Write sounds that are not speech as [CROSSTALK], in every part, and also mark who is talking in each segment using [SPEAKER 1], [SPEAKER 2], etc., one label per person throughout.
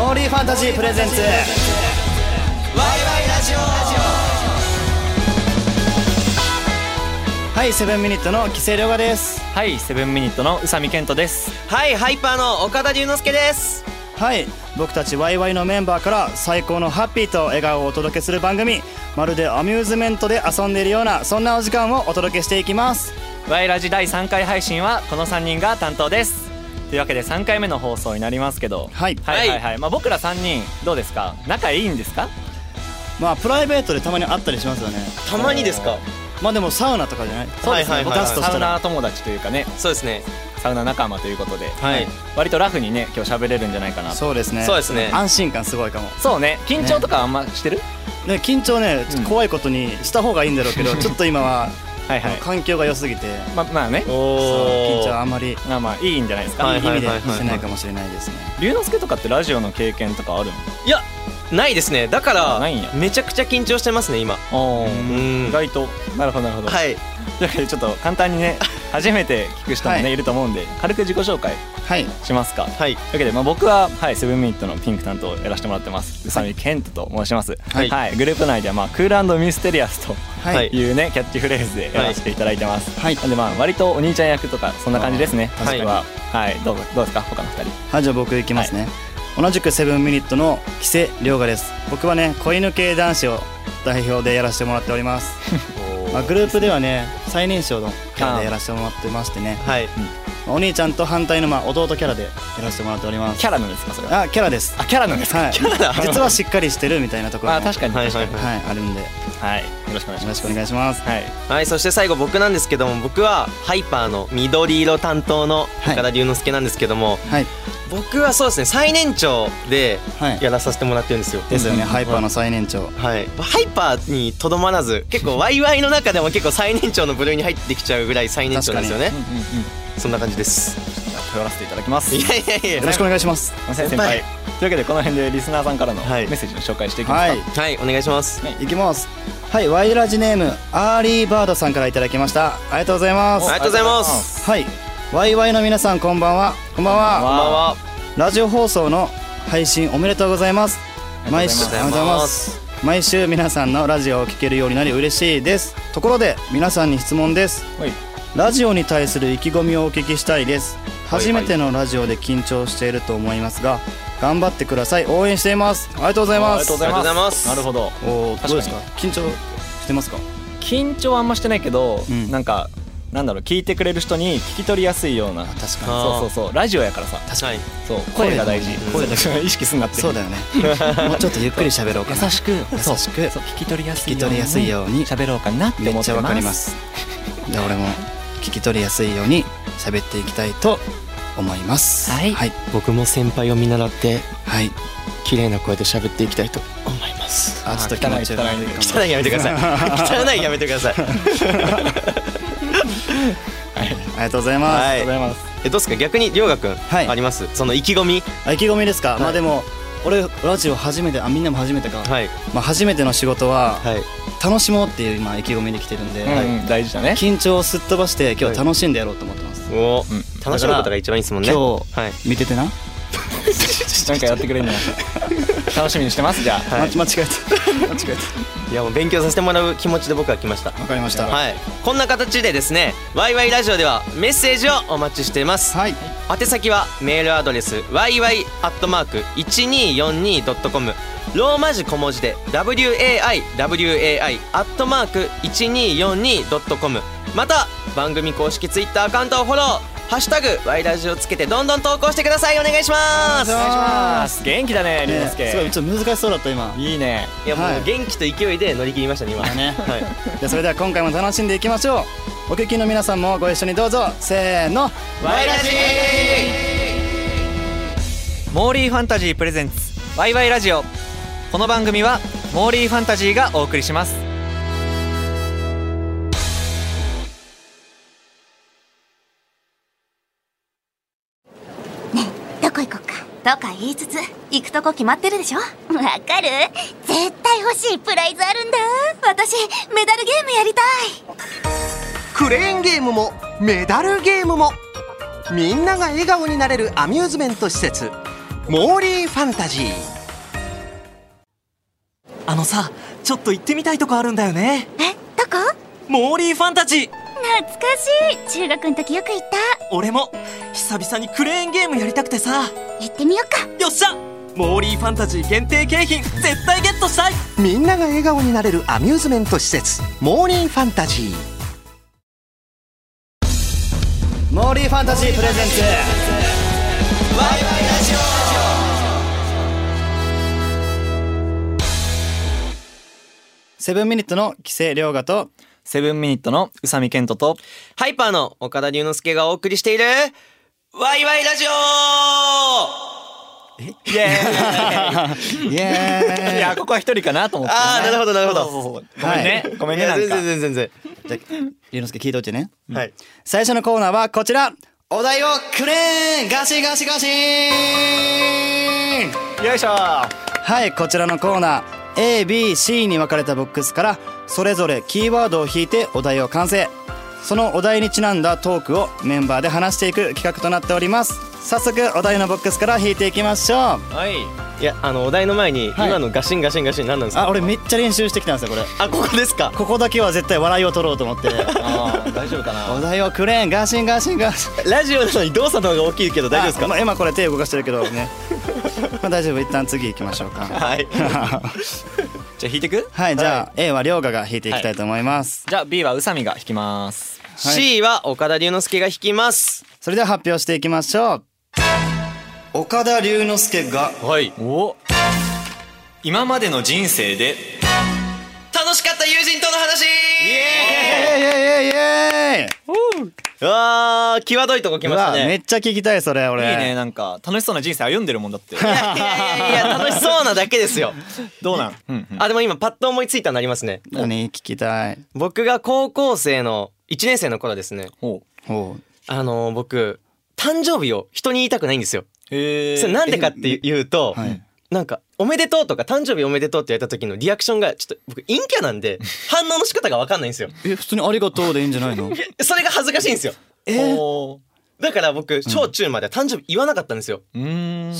[SPEAKER 1] オンリーファンタジープレゼンツ
[SPEAKER 2] ワイワイラジオ
[SPEAKER 1] はいセブンミニットの規制涼河です
[SPEAKER 3] はいセブンミニットの宇佐美健人です
[SPEAKER 2] はいハイパーの岡田龍之介です
[SPEAKER 1] はい僕たちワイワイのメンバーから最高のハッピーと笑顔をお届けする番組まるでアミューズメントで遊んでいるようなそんなお時間をお届けしていきます
[SPEAKER 3] ワイラジ第3回配信はこの3人が担当ですというわけで3回目の放送になりますけど
[SPEAKER 1] はい
[SPEAKER 3] はいはいはい、まあ、僕ら3人どうですか仲いいんですか
[SPEAKER 1] まあプライベートでたまに会ったりしますよね
[SPEAKER 2] たまにですか
[SPEAKER 1] まあでもサウナとかじゃない
[SPEAKER 3] そうですね、
[SPEAKER 2] はいはいはい
[SPEAKER 3] 僕たちとサウナー友達というかね
[SPEAKER 2] そうですね
[SPEAKER 3] サウナ仲間ということで、
[SPEAKER 2] はい
[SPEAKER 3] 割とラフにね今日喋れるんじゃないかなとそう
[SPEAKER 1] そうですね
[SPEAKER 2] そうですね
[SPEAKER 1] 安心感すごいかも
[SPEAKER 3] ね緊張とかあんましてる、
[SPEAKER 1] ね緊張ねちょっと怖いことにした方がいいんだろうけど、ちょっと今は
[SPEAKER 3] はいはい
[SPEAKER 1] 環境が良すぎて、
[SPEAKER 3] ままあね
[SPEAKER 1] そ
[SPEAKER 2] お
[SPEAKER 1] う緊
[SPEAKER 2] お
[SPEAKER 1] 張あんまりいい
[SPEAKER 3] まあまあいいんじゃないですか、
[SPEAKER 2] は
[SPEAKER 1] 意
[SPEAKER 2] いはい
[SPEAKER 1] 味
[SPEAKER 2] はい
[SPEAKER 1] で
[SPEAKER 2] はい
[SPEAKER 1] してないかもしれないですね
[SPEAKER 3] 龍之介とかってラジオの経験とかある
[SPEAKER 2] いやないですねだか
[SPEAKER 3] ないんや
[SPEAKER 2] らめちゃくちゃ緊張してますね今
[SPEAKER 3] のう
[SPEAKER 2] う
[SPEAKER 3] ん
[SPEAKER 2] ん
[SPEAKER 3] 意外となるほどなるほど、
[SPEAKER 2] はい
[SPEAKER 3] というわけでちょっと簡単にね初めて聞く人もね、、
[SPEAKER 1] はいい
[SPEAKER 3] ると思うんで軽く自己紹介
[SPEAKER 1] はい
[SPEAKER 3] しますかという
[SPEAKER 2] はい
[SPEAKER 3] わけで、まあ、僕は、はい、セブンミニットのピンク担当をやらせてもらってます宇佐美健人と申します、は
[SPEAKER 2] はいい
[SPEAKER 3] グループ内では、まあ、クールミステリアスと
[SPEAKER 1] はい、
[SPEAKER 2] はい
[SPEAKER 3] いうねキャッチフレーズでやらせていただいてます、
[SPEAKER 1] はい
[SPEAKER 3] なんでまあ割とお兄ちゃん役とかそんな感じですね
[SPEAKER 2] あー
[SPEAKER 3] 私ははい、どうぞどうですか他の二人
[SPEAKER 1] はいじゃあ僕いきますね、同じくセブンミニットの木瀬涼河です僕はね子犬系男子を代表でやらせてもらっております、
[SPEAKER 3] [LAUGHS]
[SPEAKER 1] まあ、グループではね最年少のキャラでやらせてもらってましてね
[SPEAKER 2] はい
[SPEAKER 1] まあお兄ちゃんと反対のまあ弟キャラでやらせてもらっております
[SPEAKER 3] キャラなんですかそれは
[SPEAKER 1] あキャラです
[SPEAKER 3] [LAUGHS] あキャラなんですか、
[SPEAKER 1] はい
[SPEAKER 2] だ
[SPEAKER 1] 実はしっかりしてるみたいなところも
[SPEAKER 3] あ確かに
[SPEAKER 2] はい
[SPEAKER 3] 確かに、
[SPEAKER 2] は
[SPEAKER 1] はいあるんでよ
[SPEAKER 3] はい、よろしくお願いしま
[SPEAKER 1] ろし
[SPEAKER 3] す
[SPEAKER 1] くお願いします
[SPEAKER 3] はい
[SPEAKER 2] はいそして最後僕なんですけども僕はハイパーの緑色担当の
[SPEAKER 1] はい
[SPEAKER 2] 岡田龍之介なんですけども、
[SPEAKER 1] はい
[SPEAKER 2] 僕はそうですね最年長で
[SPEAKER 1] はい
[SPEAKER 2] やらさせてもらってるんですよ
[SPEAKER 1] ですよねハイパーの最年長
[SPEAKER 2] はい、ハイパーにとどまらず結構ワイワイの中でも結構最年長の部類に入ってきちゃうぐらい最年長なんですよね
[SPEAKER 3] うんうんうん
[SPEAKER 2] そんな感じです
[SPEAKER 3] じゃあ頼らせていただきます
[SPEAKER 2] いやいやいや
[SPEAKER 1] よろしくお願いします
[SPEAKER 3] 先
[SPEAKER 2] 先
[SPEAKER 3] 輩と
[SPEAKER 2] 輩
[SPEAKER 3] いうわけでこの辺でリスナーさんからのメ
[SPEAKER 2] はい
[SPEAKER 3] ッセージの紹介していきますか、
[SPEAKER 1] はい
[SPEAKER 2] はいお願いします
[SPEAKER 1] いきますはいワイラジネームアーリーバードさんからいただきましたありがとうございま
[SPEAKER 2] あり
[SPEAKER 1] す
[SPEAKER 2] がとうございます
[SPEAKER 1] はいワイワイの皆さんこんばんはこんばん
[SPEAKER 3] こんば
[SPEAKER 1] は
[SPEAKER 3] ん
[SPEAKER 2] こんばんは
[SPEAKER 1] ラジオ放送の配信おめでとうございます
[SPEAKER 3] あり
[SPEAKER 1] 毎
[SPEAKER 3] がと
[SPEAKER 1] 週
[SPEAKER 3] う
[SPEAKER 2] ございます
[SPEAKER 1] 毎週皆さんのラジオを聴けるようになり嬉しいですところで皆さんに質問です
[SPEAKER 3] はい
[SPEAKER 1] ラジオに対する意気込みをお聞きしたいです
[SPEAKER 2] はい
[SPEAKER 1] 初めてのラジオで緊張していると思いますが頑張ってください応援していますありがとうございます
[SPEAKER 2] ざいます
[SPEAKER 3] なるほど
[SPEAKER 1] お
[SPEAKER 3] 確か
[SPEAKER 1] ー
[SPEAKER 3] に
[SPEAKER 1] どうですか緊張してますか
[SPEAKER 3] 緊張はあんましてないけど、
[SPEAKER 1] うん
[SPEAKER 3] なんかなんだろう聞いてくれる人に聞き取りやすいような
[SPEAKER 1] 確か
[SPEAKER 2] あ
[SPEAKER 3] そうそうそうラジオやからさ
[SPEAKER 2] 確かに
[SPEAKER 3] そう声が大事
[SPEAKER 1] 声だ
[SPEAKER 3] 意識すんなって
[SPEAKER 1] そうだよねもうちょっとゆっくり喋
[SPEAKER 2] [LAUGHS]
[SPEAKER 1] ろうかな
[SPEAKER 3] 優しく
[SPEAKER 1] 優しく
[SPEAKER 3] そう聞き取りやすい
[SPEAKER 1] 聞き取りやすいように
[SPEAKER 3] 喋ろうかなって
[SPEAKER 1] め
[SPEAKER 3] 思
[SPEAKER 1] っ
[SPEAKER 3] って
[SPEAKER 1] ちゃ
[SPEAKER 3] ます
[SPEAKER 1] わかりますじゃあ俺も聞き取りやすいように喋っていきたいと思います
[SPEAKER 3] はい
[SPEAKER 1] はい、
[SPEAKER 2] 僕も先輩を見習って
[SPEAKER 1] はい
[SPEAKER 2] 綺麗な声で喋っていきたいと思います
[SPEAKER 1] あちょっと気持ち悪
[SPEAKER 3] 汚い汚いんだけ
[SPEAKER 2] 汚いやめてください汚いやめてく [LAUGHS] ださい
[SPEAKER 1] ありがとうございます、
[SPEAKER 2] は
[SPEAKER 3] あ
[SPEAKER 2] い
[SPEAKER 3] りがとうございます
[SPEAKER 2] えどうですか逆にりょうがくん
[SPEAKER 1] はい
[SPEAKER 2] ありますその意気込み
[SPEAKER 1] あ意気込みですか、まあ
[SPEAKER 2] はい
[SPEAKER 1] でも俺ラジオ初めてあみんなも初めてか、
[SPEAKER 2] はい
[SPEAKER 1] まあ、初めての仕事は
[SPEAKER 2] はい
[SPEAKER 1] 楽しもうっていう今意気込みで来てるんで、
[SPEAKER 3] うんうん大事だね
[SPEAKER 1] 緊張をすっ飛ばして今日楽しんでやろうと思ってます、
[SPEAKER 2] おー
[SPEAKER 3] うん
[SPEAKER 2] 楽しむことが一番いいですもんね
[SPEAKER 1] 今日
[SPEAKER 2] はい
[SPEAKER 1] 見ててな、
[SPEAKER 3] なんかやってくれるん
[SPEAKER 1] [LAUGHS]
[SPEAKER 3] じゃない楽しみにしてますじゃあ
[SPEAKER 2] はい
[SPEAKER 1] ま間違えた間違え
[SPEAKER 2] いやもう勉強させてもらう気持ちで僕は来ました
[SPEAKER 1] たわかりました
[SPEAKER 2] はい、こんな形でですねワイワイラジオではメッセージをお待ちしています
[SPEAKER 1] はい、
[SPEAKER 2] 宛先はメールアドレス yy.1242.com ローマ字小文字で waiwai.1242.com また番組公式ツイッターアカウントをフォロー「ハッシュタグワイラジ」をつけてどんどん投稿してくださいお願いします
[SPEAKER 1] お願いします
[SPEAKER 3] 元気だね龍
[SPEAKER 1] ね
[SPEAKER 3] 之
[SPEAKER 1] すごい
[SPEAKER 3] 介
[SPEAKER 1] ちょっと難しそうだった今
[SPEAKER 3] いいね
[SPEAKER 2] いやも
[SPEAKER 1] は
[SPEAKER 2] う
[SPEAKER 1] い
[SPEAKER 2] 元気と勢いで乗り切りましたね今
[SPEAKER 1] だね
[SPEAKER 2] はい
[SPEAKER 1] じゃあそれでは今回も楽しんでいきましょうお聞きの皆さんもご一緒にどうぞせーの
[SPEAKER 2] ワイラジ
[SPEAKER 3] モーリーファンタジープレゼンツワイワイラジオこの番組はモーリーファンタジーがお送りします
[SPEAKER 4] どこ行こっかとか言いつつ行くとこ決まってるでしょわかる絶対欲しいプライズあるんだ私メダルゲームやりたい
[SPEAKER 5] クレーンゲームもメダルゲームもみんなが笑顔になれるアミューズメント施設モーリーファンタジー
[SPEAKER 6] あのさちょっと行ってみたいとこあるんだよね
[SPEAKER 4] えどこ
[SPEAKER 6] モーリーファンタジー
[SPEAKER 4] 懐かしい中学の時よく行った
[SPEAKER 6] 俺も久々にクレーンゲームやりたくてさ
[SPEAKER 4] 行ってみようか
[SPEAKER 6] よっしゃモーリーファンタジー限定景品絶対ゲットしたい
[SPEAKER 5] みんなが笑顔になれるアミューズメント施設モーリーファンタジー
[SPEAKER 1] モーリーファンタジープレゼンツセブンミニットの規制涼河と
[SPEAKER 7] セブンミニットの宇佐美健人と
[SPEAKER 2] ハイパーの岡田龍之介がお送りしている、ワイワイラジオイエーイ
[SPEAKER 1] イエ
[SPEAKER 7] いやここは一人かなと思って
[SPEAKER 2] ああ、なるほど、なるほど。
[SPEAKER 7] どごめんねごめんねなんか
[SPEAKER 2] 全然全然。
[SPEAKER 1] ーイ龍之介聞いといてね
[SPEAKER 2] はい。
[SPEAKER 1] 最初のコーナーはこちらお題をくれーガシガシガシーン
[SPEAKER 7] よいしょ
[SPEAKER 1] はいこちらのコーナー ABC に分かれたボックスからそれぞれキーワードを引いてお題を完成そのお題にちなんだトークをメンバーで話していく企画となっております早速お題のボックスから引いていきましょう
[SPEAKER 7] はい
[SPEAKER 2] いや、あの、お題の前に、
[SPEAKER 1] はい
[SPEAKER 2] 今のガシンガシンガシン何なんです
[SPEAKER 1] あ
[SPEAKER 2] か
[SPEAKER 1] 俺めっちゃ練習してきたんですよこれ
[SPEAKER 2] あ、ここですか
[SPEAKER 1] ここだけは絶対笑いを取ろうと思って
[SPEAKER 7] あー大丈夫かな
[SPEAKER 1] [LAUGHS] お題をくれんガシンガシンガ [LAUGHS] シン
[SPEAKER 2] ラジオなのに動作の方が大きいけど大丈夫です
[SPEAKER 1] あ
[SPEAKER 2] か
[SPEAKER 1] まあ、今これ手動かしてるけどねまあ大丈夫一旦次行きましょうか [LAUGHS]
[SPEAKER 2] はい。 [LAUGHS]
[SPEAKER 7] じゃあ引いてく
[SPEAKER 1] はいじゃあ A は涼河が引いていきたいと思います、
[SPEAKER 7] じゃあ B は宇佐美が引きます
[SPEAKER 2] C は岡田龍之介が弾きます。
[SPEAKER 1] それでは発表していきましょう岡田龍之介が
[SPEAKER 2] はい。
[SPEAKER 7] お今までの人生で
[SPEAKER 2] 楽しかった友人との話
[SPEAKER 1] イエイイエイイエイイエイ
[SPEAKER 2] うわー、際どいとこ来
[SPEAKER 1] う
[SPEAKER 2] ました
[SPEAKER 1] わめ
[SPEAKER 2] ね。
[SPEAKER 1] っちゃ聞きたいそれ
[SPEAKER 7] いい
[SPEAKER 1] 俺
[SPEAKER 7] ねなんか楽しそうな人生歩んでるもんだって
[SPEAKER 2] いやいやいやいや、楽しそうなだ
[SPEAKER 1] [LAUGHS]
[SPEAKER 2] けですよ。
[SPEAKER 7] どうなんうん
[SPEAKER 2] あ、でも今パッと思いついたのありますね。
[SPEAKER 1] 何聞きたい
[SPEAKER 2] 僕が高校生の1年生の頃ですね。
[SPEAKER 7] ほう
[SPEAKER 1] ほう
[SPEAKER 2] あのー僕、誕生日を人に言いたくないんですよ。
[SPEAKER 7] へ
[SPEAKER 2] それなんでかって言うと、
[SPEAKER 1] はい
[SPEAKER 2] なんか、おめでとうとか誕生日おめでとうって言われた時のリアクションが、ちょっと僕陰キャなん
[SPEAKER 1] [LAUGHS]
[SPEAKER 2] で、反応の仕方がわかんないんですよ。
[SPEAKER 1] え普通にありがとうでいいんじゃないの
[SPEAKER 2] それが恥ずかしいんですよ。
[SPEAKER 1] え
[SPEAKER 7] ほ
[SPEAKER 2] だから僕、小中までは誕生日言わなかったんですよ。
[SPEAKER 7] ううーん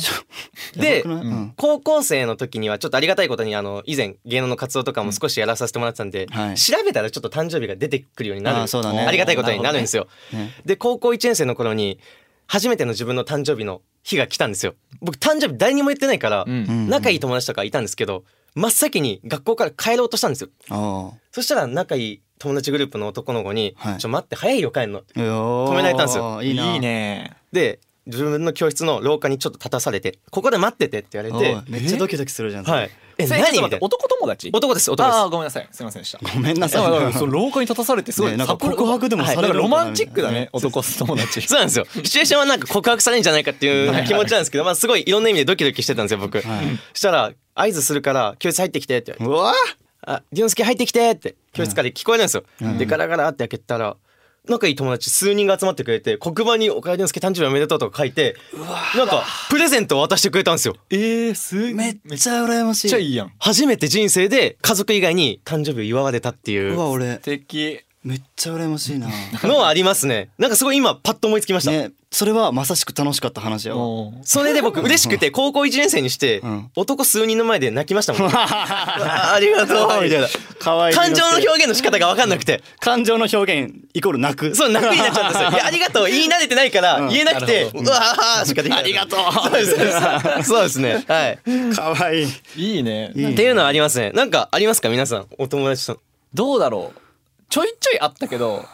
[SPEAKER 2] で、
[SPEAKER 1] うん
[SPEAKER 2] 高校生の時にはちょっとありがたいことにあの以前芸能の活動とかも少しやらさせてもらってたんで、
[SPEAKER 1] はい
[SPEAKER 2] 調べたらちょっと誕生日が出てくるようになる
[SPEAKER 1] あーそうだね
[SPEAKER 2] ありがたいことになるんですよ。
[SPEAKER 1] ね
[SPEAKER 2] で高校1年生の頃に初めての自分の誕生日の日が来たんですよ。僕誕生日誰にも言ってないから、
[SPEAKER 7] うん
[SPEAKER 1] うん
[SPEAKER 2] 仲いい友達とかいたんですけど真っ先に学校から帰ろうとしたんですよ。
[SPEAKER 1] おう
[SPEAKER 2] そしたら仲いい友達グループの男の子に「
[SPEAKER 1] はい
[SPEAKER 2] ちょ待って早いよ帰んの」
[SPEAKER 1] 止
[SPEAKER 2] められたんですよ
[SPEAKER 1] いいない
[SPEAKER 7] いね
[SPEAKER 2] で自分の教室の廊下にちょっと立たされて「ここで待ってて」って言われて
[SPEAKER 1] おうめっちゃドキドキするじゃんそれ
[SPEAKER 2] はい。え、
[SPEAKER 7] それちょっと
[SPEAKER 2] 何み
[SPEAKER 7] 待
[SPEAKER 2] た
[SPEAKER 7] っ
[SPEAKER 2] い
[SPEAKER 7] て
[SPEAKER 2] な。
[SPEAKER 7] 男友達
[SPEAKER 2] 男です、男
[SPEAKER 7] あ
[SPEAKER 2] で
[SPEAKER 7] あごめんなさいすいませんでした
[SPEAKER 1] ごめんなさい
[SPEAKER 7] いやいやその廊下に立たされてすごい、
[SPEAKER 1] ねえなんか
[SPEAKER 7] 札幌
[SPEAKER 1] 告白でもされる
[SPEAKER 7] はいだから
[SPEAKER 1] の
[SPEAKER 7] ロ
[SPEAKER 1] かな
[SPEAKER 7] マンチックだね男友達
[SPEAKER 2] す。そうなんですよ。シチュエーションはなんか告白されるんじゃないかっていう気持ちなんですけど、まあすごいいろんな意味でドキドキしてたんですよ、僕。そしたら、合図するから、教室入ってきてって言われて
[SPEAKER 1] うわ
[SPEAKER 2] あ、ディオンスケ入ってきてって、教室から聞こえるんですよ。で、ガラガラって開けたら、仲いい友達数人が集まってくれて、黒板に岡田ディオンスケ誕生日おめでとうとか書いて、なんか、プレゼントを渡してくれたんですよ。
[SPEAKER 7] えー、す
[SPEAKER 1] めっちゃ羨ましい
[SPEAKER 7] ちゃいいやん
[SPEAKER 2] 初めて人生で家族以外に誕生日を祝われたっていう
[SPEAKER 1] うわ俺
[SPEAKER 7] 敵
[SPEAKER 1] めっちゃ羨ましいな
[SPEAKER 2] のはありますね。なんかすごい今、パッと思いつきました。
[SPEAKER 1] ねそれはまさしく楽しかった話よ
[SPEAKER 7] おー
[SPEAKER 2] それで [LAUGHS] 僕嬉しくて高校1年生にして
[SPEAKER 1] ん
[SPEAKER 2] 男数人の前で泣きましたもん。
[SPEAKER 1] [LAUGHS]
[SPEAKER 2] [LAUGHS] あありがとうみたいな。
[SPEAKER 1] 可愛い
[SPEAKER 2] 感情の表現の仕方が分かんなくて、
[SPEAKER 1] [LAUGHS] 感情の表現イコール泣く
[SPEAKER 2] そう泣
[SPEAKER 1] [LAUGHS]
[SPEAKER 2] くになっちゃったん [LAUGHS] ですよ。いやありがとう言い慣れてないから言えなくて、うわあしかできない。ありがとう。そうですね。そうですね。はい。
[SPEAKER 1] かわいい
[SPEAKER 7] いいね
[SPEAKER 2] っていうのはありますね。なんかありますか皆さんお友達と。
[SPEAKER 7] どうだろうちょいちょいあったけど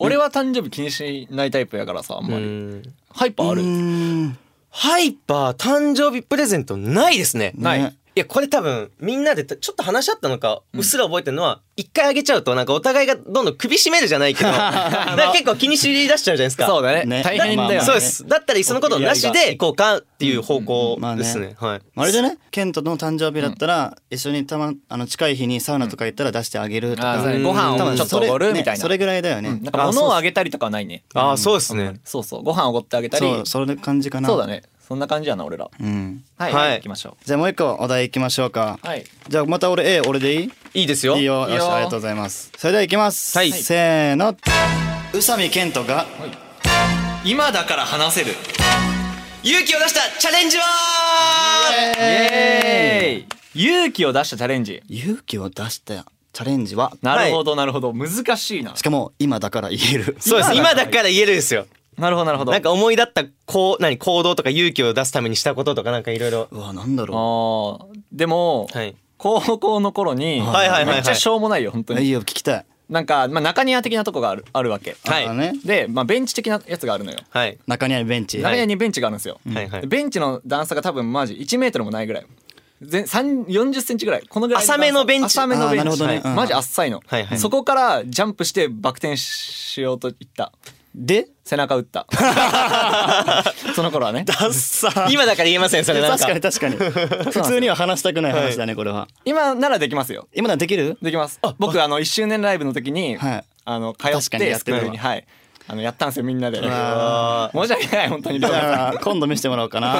[SPEAKER 7] 俺は誕生日気にしないタイプやからさあんまり、ハイパーある
[SPEAKER 2] ハイパー誕生日プレゼントないですね。
[SPEAKER 1] ない
[SPEAKER 2] いやこれ多分みんなでちょっと話し合ったのかうっすら覚えてるのは一回あげちゃうとなんかお互いがどんどん首絞めるじゃない
[SPEAKER 1] [LAUGHS]
[SPEAKER 2] けどなんか結構気にしり出しちゃうじゃないですか。
[SPEAKER 7] そうだね
[SPEAKER 1] ね
[SPEAKER 7] 大変だよね、
[SPEAKER 1] まあまあ
[SPEAKER 2] そうです。だったらいっそのことなし
[SPEAKER 7] やり
[SPEAKER 2] でこうかっていう方向
[SPEAKER 1] まあね
[SPEAKER 2] ですね。はい。
[SPEAKER 1] あれじゃねケントの誕生日だったら一緒にたまあの近い日にサウナとか行ったら出してあげると
[SPEAKER 7] あー
[SPEAKER 1] か
[SPEAKER 7] そうねご飯
[SPEAKER 1] 多
[SPEAKER 7] を
[SPEAKER 1] 分
[SPEAKER 7] ちょっと
[SPEAKER 1] それ
[SPEAKER 7] おごるみたいな、
[SPEAKER 1] ねそれぐらいだよね
[SPEAKER 7] なんか物をあげたりとかはないね
[SPEAKER 2] ああそうですね。
[SPEAKER 7] そうそうご飯おごってあげたり
[SPEAKER 1] そうそれ感じかな
[SPEAKER 7] そうだねそんな感じやな俺ら
[SPEAKER 1] うん
[SPEAKER 7] はい、
[SPEAKER 2] はい
[SPEAKER 7] 行きましょ
[SPEAKER 1] じゃあもう一個お題いきましょうか
[SPEAKER 7] うはい
[SPEAKER 1] じゃあまた俺 A 俺でいい
[SPEAKER 2] いいですよ。
[SPEAKER 1] いいよ
[SPEAKER 7] いいよ
[SPEAKER 1] よしありがとうございますそれではいきます
[SPEAKER 2] はい
[SPEAKER 1] せーの宇佐美健斗が
[SPEAKER 7] 今だから話せる
[SPEAKER 2] 勇気を出したチャレンジは
[SPEAKER 3] イエーイ勇気を出したチャレンジ
[SPEAKER 1] 勇気を出したチャレンジは
[SPEAKER 3] なるほどなるほど難しいな
[SPEAKER 1] しかも今だから言える
[SPEAKER 2] そうです今だから言えるんですよ
[SPEAKER 3] なるほどなるほど
[SPEAKER 2] なんか思い立ったこう何行動とか勇気を出すためにしたこととかなんかいろいろ
[SPEAKER 1] うわなんだ
[SPEAKER 3] あ
[SPEAKER 1] ろ
[SPEAKER 3] ーでも、
[SPEAKER 2] はい
[SPEAKER 3] 高校の頃に、
[SPEAKER 2] はいはいはいはい
[SPEAKER 3] めっちゃしょうもないよ本当
[SPEAKER 1] う
[SPEAKER 3] に、
[SPEAKER 1] いいよ聞きたい
[SPEAKER 3] なんか、まあ、中庭的なとこがあるあるわけ、
[SPEAKER 2] はい
[SPEAKER 1] あのね
[SPEAKER 3] で、まあ、ベンチ的なやつがあるのよ
[SPEAKER 2] はい
[SPEAKER 1] 中にあるベンチ
[SPEAKER 3] 中庭にベンチがあるんですよ、
[SPEAKER 2] はいはい
[SPEAKER 3] でベンチの段差が多分マジ1メートルもないぐらい全3 40センチぐらいこのぐらい
[SPEAKER 2] 浅めのベンチ
[SPEAKER 3] 浅めのベンチ
[SPEAKER 1] あーなるほどね
[SPEAKER 3] はい
[SPEAKER 1] うん
[SPEAKER 3] マジあっさいの、
[SPEAKER 2] はいはい
[SPEAKER 3] そこからジャンプしてバク転しようと言った
[SPEAKER 1] で
[SPEAKER 3] 背中打ったその頃はね
[SPEAKER 1] ダッサー
[SPEAKER 2] 今だから言えませんそれなん
[SPEAKER 1] 確
[SPEAKER 2] か
[SPEAKER 1] かに確かに
[SPEAKER 2] [LAUGHS]
[SPEAKER 1] 普通には話したくない話だねこれは
[SPEAKER 3] 今ならできますよ
[SPEAKER 1] 今ならできる
[SPEAKER 3] できます僕あの1周年ライブの時に、
[SPEAKER 1] はい
[SPEAKER 3] あの通
[SPEAKER 1] 確か
[SPEAKER 3] っ
[SPEAKER 1] に
[SPEAKER 3] て
[SPEAKER 1] やっ
[SPEAKER 3] ス
[SPEAKER 1] てる
[SPEAKER 3] ク
[SPEAKER 1] わ
[SPEAKER 3] ールにはいあのやったんですよみんなで
[SPEAKER 1] わ
[SPEAKER 3] 申し訳ない本当に
[SPEAKER 1] じゃあ今度見せてもらおうか
[SPEAKER 2] [LAUGHS]
[SPEAKER 1] な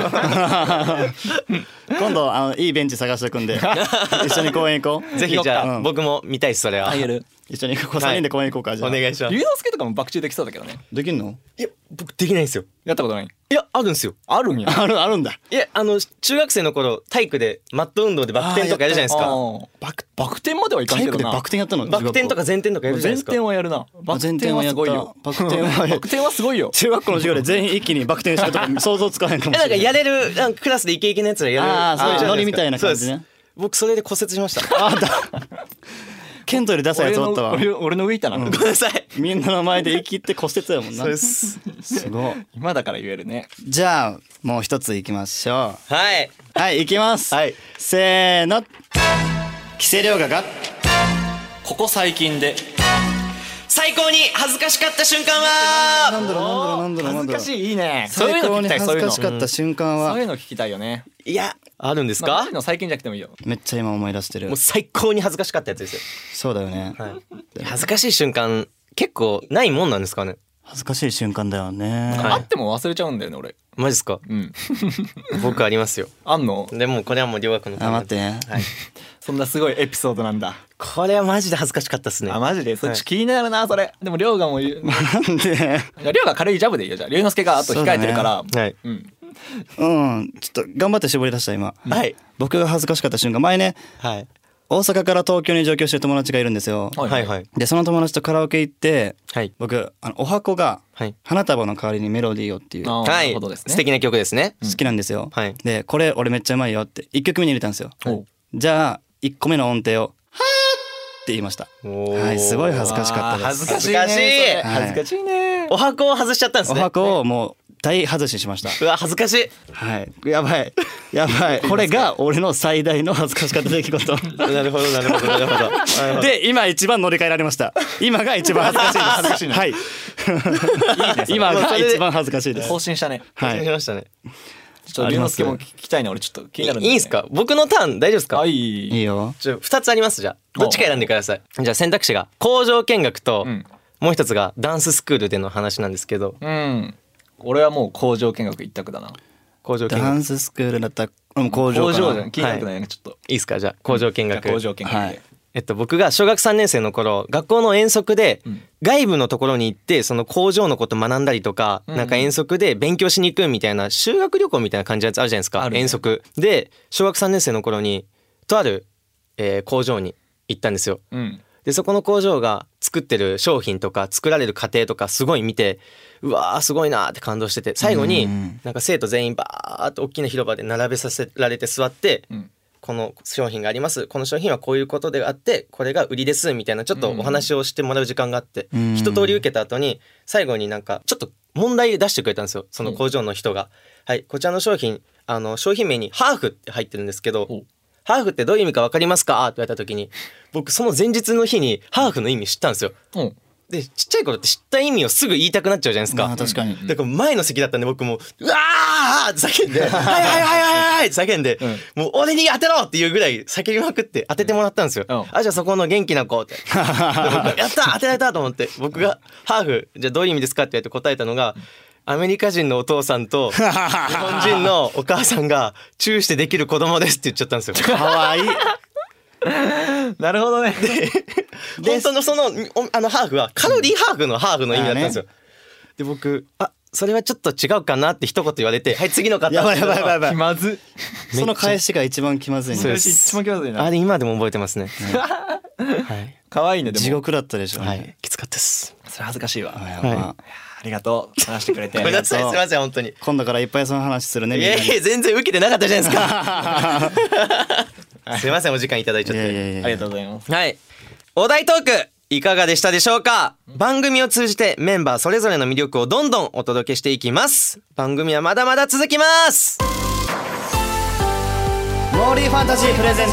[SPEAKER 1] 今度あのいいベンチ探しておくんで一緒に公園行こう
[SPEAKER 2] ぜひじゃ
[SPEAKER 1] う
[SPEAKER 2] あ
[SPEAKER 1] ん
[SPEAKER 2] 僕も見たいですそれは
[SPEAKER 3] あげる
[SPEAKER 1] 一緒にここ3人で公園行こうかじゃ
[SPEAKER 2] お
[SPEAKER 1] あ
[SPEAKER 2] 願いします
[SPEAKER 3] 龍之介とかもバク宙できそうだけどね
[SPEAKER 1] できんの
[SPEAKER 2] いや僕できないんですよ
[SPEAKER 3] やったことない
[SPEAKER 2] いやあるんですよ
[SPEAKER 3] あるんや
[SPEAKER 1] あるあるんだ
[SPEAKER 2] いやあの中学生の頃体育でマット運動でバク転とかやるじゃないです
[SPEAKER 3] あ
[SPEAKER 2] か
[SPEAKER 3] ーバクバク転まではいかん
[SPEAKER 1] 体
[SPEAKER 3] け
[SPEAKER 1] 育
[SPEAKER 3] ど
[SPEAKER 1] で
[SPEAKER 3] な
[SPEAKER 1] バク転やったの
[SPEAKER 2] バク転とか前転とかやるじゃ
[SPEAKER 3] 前
[SPEAKER 2] ないですか
[SPEAKER 3] 転はやるなバク転はすごいよ
[SPEAKER 1] 前転はやったバク転はやる
[SPEAKER 3] バク転はすごいよ
[SPEAKER 1] 中学校の授業で全員一気にバク転してると
[SPEAKER 2] [LAUGHS]
[SPEAKER 1] か想像つかへんかも
[SPEAKER 2] え
[SPEAKER 1] し
[SPEAKER 2] な
[SPEAKER 1] れな
[SPEAKER 2] んか
[SPEAKER 1] い
[SPEAKER 2] やれるなんかクラスでイケイケのやつらやる
[SPEAKER 1] あーそういう
[SPEAKER 2] じゃ
[SPEAKER 1] ノ
[SPEAKER 2] で
[SPEAKER 1] リ
[SPEAKER 2] すか
[SPEAKER 1] みたいな感じね
[SPEAKER 2] そうです僕 [LAUGHS] それで骨折しましたあ
[SPEAKER 1] 剣道よりダサいや
[SPEAKER 3] 俺
[SPEAKER 1] つ
[SPEAKER 3] の
[SPEAKER 1] おったわ
[SPEAKER 3] 俺の俺の浮いたな、
[SPEAKER 2] ごめんなさい
[SPEAKER 1] みんなの前で生きって骨折やもんな
[SPEAKER 2] そうです
[SPEAKER 1] すごい
[SPEAKER 3] 今だから言えるね
[SPEAKER 1] じゃあもう一つ行きましょ
[SPEAKER 2] はい。
[SPEAKER 1] うはい行きます
[SPEAKER 2] はい
[SPEAKER 1] せーの規制量がが
[SPEAKER 3] ここ最近で
[SPEAKER 2] 最高に恥ずかしかった瞬間は
[SPEAKER 1] なんだろうなんだろうなんだろうなんだろう
[SPEAKER 3] 恥ずかしいいいねそうい
[SPEAKER 1] 最
[SPEAKER 3] うの
[SPEAKER 1] 高
[SPEAKER 3] 聞
[SPEAKER 1] に
[SPEAKER 3] きたい
[SPEAKER 1] 恥ず
[SPEAKER 3] そういう
[SPEAKER 1] か
[SPEAKER 3] の
[SPEAKER 1] しかった瞬間
[SPEAKER 3] そうい
[SPEAKER 1] は
[SPEAKER 3] うの聞きたいよね
[SPEAKER 2] いや、あるんです
[SPEAKER 3] まあ
[SPEAKER 2] か
[SPEAKER 3] そういうの最近じゃなくてもいいよ
[SPEAKER 1] めっちゃ今思い出してる
[SPEAKER 2] もう最高に恥ずかしかったやつですよ。
[SPEAKER 1] そうだよね
[SPEAKER 2] [LAUGHS] 恥ずかしい瞬間、結構ないもんなんですかね
[SPEAKER 1] 恥ずかしい瞬間だよ
[SPEAKER 2] は
[SPEAKER 1] ね
[SPEAKER 2] い
[SPEAKER 3] あっても忘れちゃうんだよね俺
[SPEAKER 2] マジっすか
[SPEAKER 3] うん
[SPEAKER 2] 僕ありますよ。
[SPEAKER 3] あんの
[SPEAKER 2] でもこれはもう両学のた
[SPEAKER 1] あ
[SPEAKER 2] め
[SPEAKER 1] 待ってね
[SPEAKER 2] はい。
[SPEAKER 3] そんなすごいエピソードなんだ
[SPEAKER 2] これはマジで恥ずかしかったっすね。
[SPEAKER 3] あマジでそっ
[SPEAKER 2] はい
[SPEAKER 3] ち気になるなそれでも亮がもう言う
[SPEAKER 1] なんで
[SPEAKER 3] いや亮が軽いジャブでいいよじゃあ龍之介があと控えてるから
[SPEAKER 2] ねはい
[SPEAKER 3] うん
[SPEAKER 1] うんちょっと頑張って絞り出した今
[SPEAKER 2] はい。
[SPEAKER 1] 僕が恥ずかしかった瞬間前ね
[SPEAKER 2] はい。
[SPEAKER 1] 大阪から東京に上京してる友達がいるんですよ
[SPEAKER 2] はいはい。
[SPEAKER 1] でその友達とカラオケ行って
[SPEAKER 2] はい。
[SPEAKER 1] 僕あのお箱が
[SPEAKER 2] はい。
[SPEAKER 1] 花束の代わりにメロディーをっていう好
[SPEAKER 3] あー
[SPEAKER 2] は
[SPEAKER 3] ないるほどですね
[SPEAKER 2] 素敵な曲ですね。
[SPEAKER 1] きなんですよ、
[SPEAKER 2] はい
[SPEAKER 1] でこれ俺めっちゃうまいよって1曲目に入れたんですよ
[SPEAKER 3] お
[SPEAKER 1] じゃあ1個目の音程を「はーって言いました
[SPEAKER 2] おー
[SPEAKER 1] はいすごい恥ずかしかったです
[SPEAKER 3] 恥ずかしいね
[SPEAKER 2] 恥ずかしい
[SPEAKER 3] そ
[SPEAKER 1] はい
[SPEAKER 3] れ恥ずかしいね
[SPEAKER 2] お箱を外しちゃったんです
[SPEAKER 1] お
[SPEAKER 2] ね。
[SPEAKER 1] 箱をもう大外しにしました
[SPEAKER 2] うわ、恥ずかしい。
[SPEAKER 1] はいやばいやば
[SPEAKER 2] [LAUGHS]
[SPEAKER 1] いこれが俺の最大の恥ずかしかった出来事
[SPEAKER 2] なるほど、なるほど、な
[SPEAKER 1] [LAUGHS]
[SPEAKER 2] るほど。はいはい
[SPEAKER 1] で今一番乗り換えられました今が一番恥ずか
[SPEAKER 2] [LAUGHS]
[SPEAKER 1] しいですはい今が一番恥ずかしいです
[SPEAKER 3] 更新したね
[SPEAKER 1] は
[SPEAKER 2] 失礼
[SPEAKER 1] い
[SPEAKER 2] しましたね。
[SPEAKER 3] ちょっと龍之介も聞きたいな俺ちょっと気になる
[SPEAKER 2] いいんすか僕のターン大丈夫ですか
[SPEAKER 3] はい
[SPEAKER 1] い
[SPEAKER 3] い
[SPEAKER 1] よ
[SPEAKER 2] ちょ2つありますじゃあどっちか選んでくださいじゃあ選択肢が工場見学と、
[SPEAKER 3] ん
[SPEAKER 2] もう一つがダンススクールでの話なんですけど
[SPEAKER 3] うん俺はもう工場見学一択だな
[SPEAKER 2] 工場見
[SPEAKER 1] ダ
[SPEAKER 2] 学
[SPEAKER 1] ンススクールだったらうん工場
[SPEAKER 3] 工
[SPEAKER 1] か
[SPEAKER 3] 場じ
[SPEAKER 1] な
[SPEAKER 3] ゃん気になるくないよねちょっと
[SPEAKER 2] いいですかじゃあ工場見
[SPEAKER 3] じゃあ
[SPEAKER 2] 学
[SPEAKER 3] 工場見学
[SPEAKER 1] はい
[SPEAKER 3] で
[SPEAKER 2] えっと僕が小学3年生の頃学校の遠足で
[SPEAKER 3] うん
[SPEAKER 2] 外部のところに行ってその工場のこと学んだりとか、
[SPEAKER 3] うん
[SPEAKER 2] なんか遠足で勉強しに行くみたいな修学旅行みたいな感じのやつあるじゃないです
[SPEAKER 3] あ
[SPEAKER 2] か、
[SPEAKER 3] るね
[SPEAKER 2] 遠足で小学3年生の頃にとある、えー工場に行ったんですよ
[SPEAKER 3] うん
[SPEAKER 2] でそこの工場が作ってる商品とか作られる過程とかすごい見てうわーすごいなーって感動してて最後に
[SPEAKER 1] うん
[SPEAKER 2] なんか生徒全員バーっと大きな広場で並べさせられて座って、
[SPEAKER 3] うん
[SPEAKER 2] この商品がありますこの商品はこういうことであってこれが売りですみたいなちょっとお話をしてもらう時間があって、
[SPEAKER 1] うん
[SPEAKER 2] 一通り受けた後に最後になんかちょっと問題出してくれたんですよその工場の人が。はいこちらの商品あの商品名に「ハーフ」って入ってるんですけど
[SPEAKER 3] ほう
[SPEAKER 2] ハーフってどういう意味か分かりますかって言われた時に僕その前日の日にハーフの意味知ったんですよ。
[SPEAKER 3] うん
[SPEAKER 2] でちっちゃい頃って知った意味をすぐ言いたくなっちゃうじゃないです
[SPEAKER 1] ま
[SPEAKER 2] か
[SPEAKER 1] あ。確かに
[SPEAKER 2] だから前の席だったんで僕も「うわー!」って叫んで「はいはいはいはいはい!」って叫んで、もう俺に当てろっていうぐらい叫びまくって当ててもらったんですよ。
[SPEAKER 3] うん
[SPEAKER 2] あじゃあそこの元気な子ってで僕がやった当てられたと思って僕が「ハーフじゃあどういう意味ですか?」って言って答えたのが。アメリカ人のお父さんと日本人のお母さんがチューしてできる子供ですって言っちゃった [LAUGHS] んですよ。
[SPEAKER 1] かわいい
[SPEAKER 3] なるほどね
[SPEAKER 2] 本当のそのおあのハーフはカロリーハーフのハーフの意味だったんですよ。で僕あそれはちょっと違うかなって一言言われて「はい次の方」
[SPEAKER 1] やばいやばいやばいやばい
[SPEAKER 3] 気まず
[SPEAKER 1] その返しが一番気まずいね
[SPEAKER 2] そうです
[SPEAKER 3] 私一番気まずい
[SPEAKER 2] あ
[SPEAKER 3] な
[SPEAKER 2] れ今でも覚えてますね、はい、
[SPEAKER 3] 可愛いねでも
[SPEAKER 1] 地獄だったでしょうね、
[SPEAKER 2] はい、きつかったです
[SPEAKER 3] それ恥ずかしいわ
[SPEAKER 1] あ
[SPEAKER 3] あ
[SPEAKER 1] やばい
[SPEAKER 2] は
[SPEAKER 3] りがとう話してくれ [LAUGHS] て
[SPEAKER 2] ごめんなさ
[SPEAKER 3] あ
[SPEAKER 2] いすい
[SPEAKER 3] り
[SPEAKER 2] ま
[SPEAKER 3] がと
[SPEAKER 2] せん本当にい
[SPEAKER 1] 今度からいっぱいその話するねみんな
[SPEAKER 2] や
[SPEAKER 1] に
[SPEAKER 2] いや全然受けてなかったじゃ
[SPEAKER 1] [LAUGHS]
[SPEAKER 2] ないです
[SPEAKER 3] [LAUGHS]
[SPEAKER 2] かすいませんお時間いただいちゃっ
[SPEAKER 1] い
[SPEAKER 2] て
[SPEAKER 1] やいやいや
[SPEAKER 3] うありがとうございます
[SPEAKER 2] はい。お題トークいかがでしたでしょうか番組を通じてメンバーそれぞれの魅力をどんどんお届けしていきます。番組はまだまだ続きます
[SPEAKER 1] モーリーファンタジープレゼンツ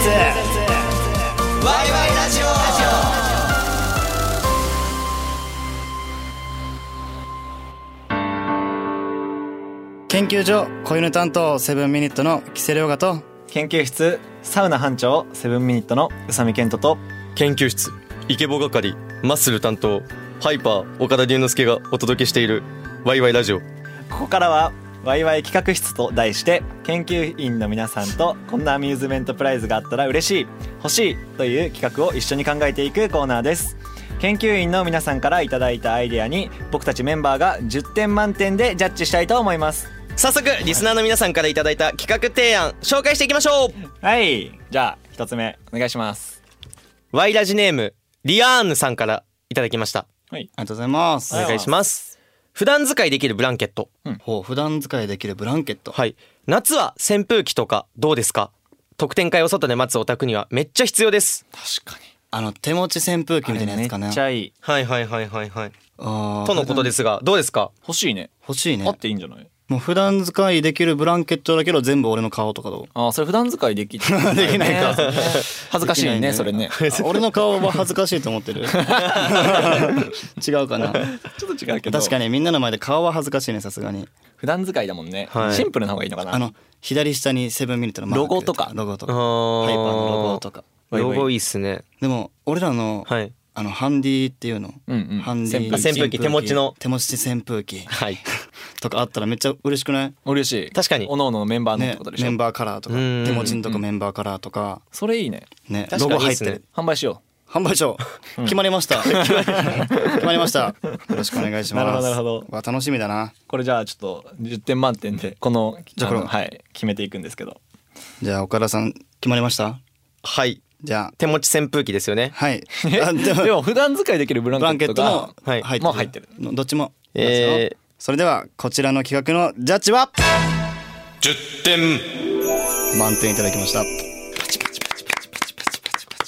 [SPEAKER 1] 研究所子犬担当セブンミニットの木瀬涼雅と
[SPEAKER 3] 研究室サウナ班長セブンミニットの宇佐美健人と
[SPEAKER 2] 研究室、イケボ係、マッスル担当、ハイパー、岡田龍之介がお届けしているワイワイラジオ。
[SPEAKER 3] ここからはワイワイ企画室と題して研究員の皆さんとこんなアミューズメントプライズがあったら嬉しい欲しいという企画を一緒に考えていくコーナーです研究員の皆さんからいただいたアイデアに僕たちメンバーが10点満点でジャッジしたいと思います
[SPEAKER 2] 早速、リスナーの皆さんからいただいた企画提案、紹介していきましょう
[SPEAKER 3] はいじゃあ一つ目お願いします
[SPEAKER 2] ワイラジネーム、リアーヌさんからいただきました。
[SPEAKER 3] はい
[SPEAKER 1] ありがとうございます
[SPEAKER 2] お願いします。普段使いできるブランケット。
[SPEAKER 1] ほう普段使いできるブランケット
[SPEAKER 2] はい。夏は扇風機とかどうですか特典会を外で待つお宅にはめっちゃ必要です。
[SPEAKER 3] 確かに
[SPEAKER 1] あの手持ち扇風機みたいなや
[SPEAKER 3] め
[SPEAKER 1] つかね
[SPEAKER 3] っちゃいい
[SPEAKER 2] はいはいはいはいはい。
[SPEAKER 1] あー
[SPEAKER 2] とのことですが、どうですか
[SPEAKER 3] 欲しいね
[SPEAKER 1] 欲しいね
[SPEAKER 3] あっていいんじゃない
[SPEAKER 1] もう普段使いできるブランケットだけど全部俺の顔とかどう
[SPEAKER 3] ああそれ普段使いでき [LAUGHS] できない
[SPEAKER 1] [LAUGHS]
[SPEAKER 3] か恥ずかしいね
[SPEAKER 1] できないね
[SPEAKER 3] それ
[SPEAKER 1] [LAUGHS]
[SPEAKER 3] ね
[SPEAKER 1] 俺の顔は恥ずかしいと思ってる
[SPEAKER 3] [LAUGHS]
[SPEAKER 1] 違うかな
[SPEAKER 3] ちょっと違うけど
[SPEAKER 1] 確かにみんなの前で顔は恥ずかしいねさすがに
[SPEAKER 3] 普段使いだもんね、
[SPEAKER 2] はい
[SPEAKER 3] シンプルな方がいいのかな
[SPEAKER 1] あの左下にセブンミニットのマーク
[SPEAKER 3] ロゴとか
[SPEAKER 1] ロゴと
[SPEAKER 2] あ
[SPEAKER 1] かハイパーのロゴとか
[SPEAKER 3] ワイワイ
[SPEAKER 2] ロゴいいっすね。
[SPEAKER 1] でも俺らの、
[SPEAKER 2] はい。
[SPEAKER 1] あのハンディっていうの、
[SPEAKER 3] うんうん
[SPEAKER 1] ハンディ
[SPEAKER 3] 扇風機
[SPEAKER 2] あ扇風機手持ちの
[SPEAKER 1] 手持ち扇風機
[SPEAKER 2] はい。
[SPEAKER 1] とかあったらめっちゃ嬉しくない
[SPEAKER 3] 嬉しい
[SPEAKER 2] 確かに
[SPEAKER 3] おのおののメンバーのっ
[SPEAKER 1] ね
[SPEAKER 3] てことでしょ、
[SPEAKER 1] メンバーカラーとか
[SPEAKER 2] うん
[SPEAKER 1] 手持ちのとこメンバーカラーとか
[SPEAKER 3] それいいね
[SPEAKER 1] ね
[SPEAKER 2] 確か
[SPEAKER 1] ロ
[SPEAKER 2] に
[SPEAKER 1] ゴ入って
[SPEAKER 2] いいっ
[SPEAKER 1] る
[SPEAKER 2] す
[SPEAKER 3] 販売しよ
[SPEAKER 1] 販売所決まりま
[SPEAKER 3] [LAUGHS]
[SPEAKER 1] した決まりましたよろしくお願いします
[SPEAKER 3] なるほどなるほど
[SPEAKER 1] うわ楽しみだな
[SPEAKER 3] うこれじゃあちょっと10点満点でこの
[SPEAKER 1] じゃあ
[SPEAKER 3] あの
[SPEAKER 1] これ
[SPEAKER 3] はい決めていくんですけど
[SPEAKER 1] じゃあ岡田さん決まりました
[SPEAKER 2] はい。
[SPEAKER 1] じゃあ
[SPEAKER 2] 手持ち扇風機ですよね。
[SPEAKER 1] はいあで
[SPEAKER 3] でも普段使いできるブラ
[SPEAKER 1] ブラン
[SPEAKER 3] ン
[SPEAKER 1] ケ
[SPEAKER 3] ケ
[SPEAKER 1] ッ
[SPEAKER 3] ッ
[SPEAKER 1] ト
[SPEAKER 3] ト
[SPEAKER 1] も
[SPEAKER 3] が
[SPEAKER 2] はい
[SPEAKER 3] もう入ってる
[SPEAKER 1] どっちも、
[SPEAKER 2] えー
[SPEAKER 1] それではこちらの企画のジャッジは
[SPEAKER 2] 10点。
[SPEAKER 1] 満点いただきました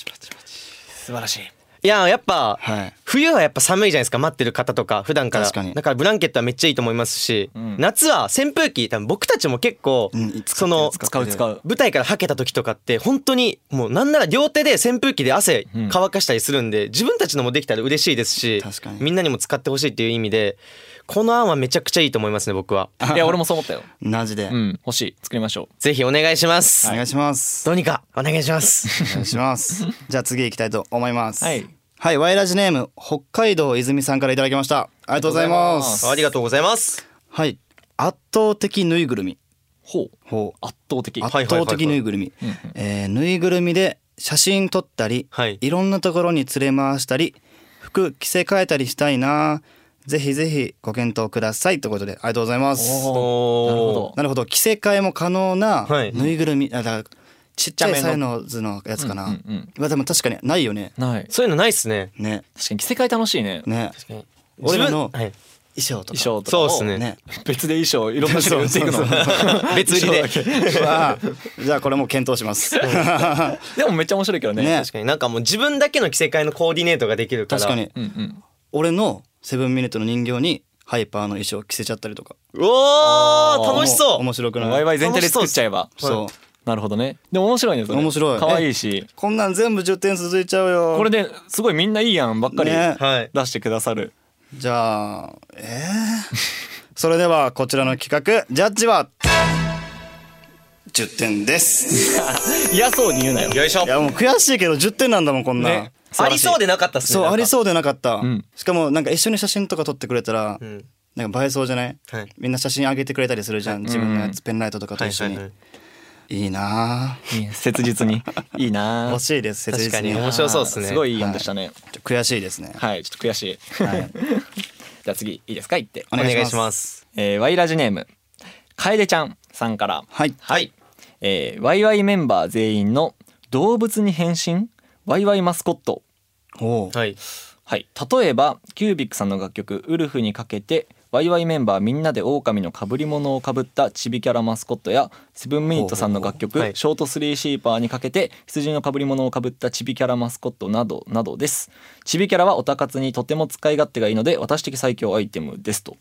[SPEAKER 3] 素晴らしい
[SPEAKER 2] いやー、やっぱ、
[SPEAKER 1] はい
[SPEAKER 2] 冬はやっぱ寒いじゃないですか待ってる方とか普段から
[SPEAKER 1] 確かに
[SPEAKER 2] だからブランケットはめっちゃいいと思いますし、
[SPEAKER 3] ん
[SPEAKER 2] 夏は扇風機多分僕たちも結構、
[SPEAKER 1] うん使
[SPEAKER 2] そ
[SPEAKER 1] ってる
[SPEAKER 2] の
[SPEAKER 3] 使う使う
[SPEAKER 2] 舞台からはけた時とかって本当にもうなんなら両手で扇風機で汗
[SPEAKER 3] うん
[SPEAKER 2] 乾かしたりするんで、自分たちのもできたら嬉しいですし
[SPEAKER 1] 確かに
[SPEAKER 2] みんなにも使ってほしいっていう意味でこの案はめちゃくちゃいいと思いますね僕はい
[SPEAKER 3] や俺もそう思ったよ
[SPEAKER 1] マジで、
[SPEAKER 3] うん欲しい作りましょ
[SPEAKER 2] ぜひお願いします、
[SPEAKER 1] お願いします、
[SPEAKER 2] どうにかお願いします
[SPEAKER 1] お願いします
[SPEAKER 3] [LAUGHS]
[SPEAKER 1] じゃあ次行きたいと思います
[SPEAKER 3] はい
[SPEAKER 1] はいワイラジネーム北海道泉さんからいただきました [LAUGHS] ありがとうございます
[SPEAKER 2] ありがとうございます
[SPEAKER 1] はい圧倒的ぬいぐるみ
[SPEAKER 3] うほう
[SPEAKER 1] ほう
[SPEAKER 3] 圧倒的
[SPEAKER 2] はい
[SPEAKER 1] 圧倒的ぬいぐるみ
[SPEAKER 3] うんうん
[SPEAKER 1] えーぬいぐるみで写真撮ったり、
[SPEAKER 2] はい
[SPEAKER 1] いろんなところに連れ回したり服着せ替えたりしたいなぜひぜひご検討くださいということでありがとうございます
[SPEAKER 2] おー
[SPEAKER 3] なるほど
[SPEAKER 1] なるほど着せ替えも可能な
[SPEAKER 2] はい
[SPEAKER 1] ぬいぐるみ、あだからちっちゃい
[SPEAKER 3] ちっち
[SPEAKER 1] サ
[SPEAKER 3] ゃ
[SPEAKER 1] イ
[SPEAKER 3] め
[SPEAKER 1] の図のやつかな、
[SPEAKER 3] うんうんうん
[SPEAKER 1] まあでも確かにないよね
[SPEAKER 3] ない
[SPEAKER 2] そういうのないっすね
[SPEAKER 1] ね
[SPEAKER 3] 確かに着せ替え楽しいね
[SPEAKER 1] ね
[SPEAKER 2] 確かに
[SPEAKER 1] 俺らの
[SPEAKER 2] 自分はい
[SPEAKER 1] 衣装とか
[SPEAKER 3] 衣装とか
[SPEAKER 2] そう
[SPEAKER 3] を
[SPEAKER 2] っすね
[SPEAKER 1] ね
[SPEAKER 3] 別で衣装いろんな種類売っていく
[SPEAKER 1] そう
[SPEAKER 3] の
[SPEAKER 1] そう
[SPEAKER 3] [LAUGHS]
[SPEAKER 2] 別売りで
[SPEAKER 1] うわじゃあこれも検討します
[SPEAKER 3] [LAUGHS] でもめっちゃ面白いけどね
[SPEAKER 1] ね
[SPEAKER 2] 確かになんかもう自分だけの着せ替えのコーディネートができるから
[SPEAKER 1] 確かに
[SPEAKER 3] うんうん
[SPEAKER 1] 俺のセブンミニットの人形にハイパーの衣装着せちゃったりとか
[SPEAKER 2] うおー楽しそう
[SPEAKER 1] 面白くない
[SPEAKER 3] ワイワイ全体で作っちゃえば
[SPEAKER 1] そう
[SPEAKER 3] なるほどねでも面白いねそれ
[SPEAKER 1] 面白い
[SPEAKER 3] 可愛いし
[SPEAKER 1] こんなん全部10点続いちゃうよ
[SPEAKER 3] これですごいみんないい案ばっかり
[SPEAKER 1] ね
[SPEAKER 2] はい
[SPEAKER 3] 出してくださる
[SPEAKER 1] じゃあえー、 [LAUGHS] それではこちらの企画ジャッジは10点です
[SPEAKER 3] 嫌そうに言うなよ
[SPEAKER 2] よいしょ
[SPEAKER 1] いやもう悔しいけど10点なんだもんこんなん、
[SPEAKER 3] ね
[SPEAKER 2] ありそうでなかったっすね
[SPEAKER 1] そうあり
[SPEAKER 2] う
[SPEAKER 1] そうでなかった、
[SPEAKER 3] ん
[SPEAKER 1] しかもなんか一緒に写真とか撮ってくれたら、
[SPEAKER 2] ん
[SPEAKER 1] なんか映えそうじゃない、
[SPEAKER 2] はい
[SPEAKER 1] みんな写真あげてくれたりするじゃん、自分のやつペンライトとかと一緒に、いいなあ
[SPEAKER 3] いいね切実にいいな
[SPEAKER 1] 欲
[SPEAKER 3] あ
[SPEAKER 1] しいです切
[SPEAKER 2] 確か
[SPEAKER 1] 実に
[SPEAKER 2] に面白そうっすね
[SPEAKER 3] すごいいい案でしたね
[SPEAKER 1] 悔しいですね、
[SPEAKER 3] はいちょっと悔しい
[SPEAKER 1] はい、
[SPEAKER 3] [LAUGHS] じゃあ次いいですか言って
[SPEAKER 1] お願いします
[SPEAKER 2] す
[SPEAKER 3] えー、ワイラジネーム楓ちゃんさんから、
[SPEAKER 1] はい
[SPEAKER 2] はい
[SPEAKER 3] えー、ワイワイメンバー全員の動物に変身ワイワイマスコット
[SPEAKER 1] おお
[SPEAKER 2] はい
[SPEAKER 3] はい例えばキュービックさんの楽曲「ウルフ」にかけてワイワイメンバーみんなで狼の被り物をかぶったチビキャラマスコットやセブンミニットさんの楽曲
[SPEAKER 2] ほうほうほうは
[SPEAKER 3] 「
[SPEAKER 2] い
[SPEAKER 3] ショートスリーシーパー」にかけて羊の被り物をかぶったチビキャラマスコットなどなどですチビキャラはオタ活にとても使い勝手がいいので私的最強アイテムですと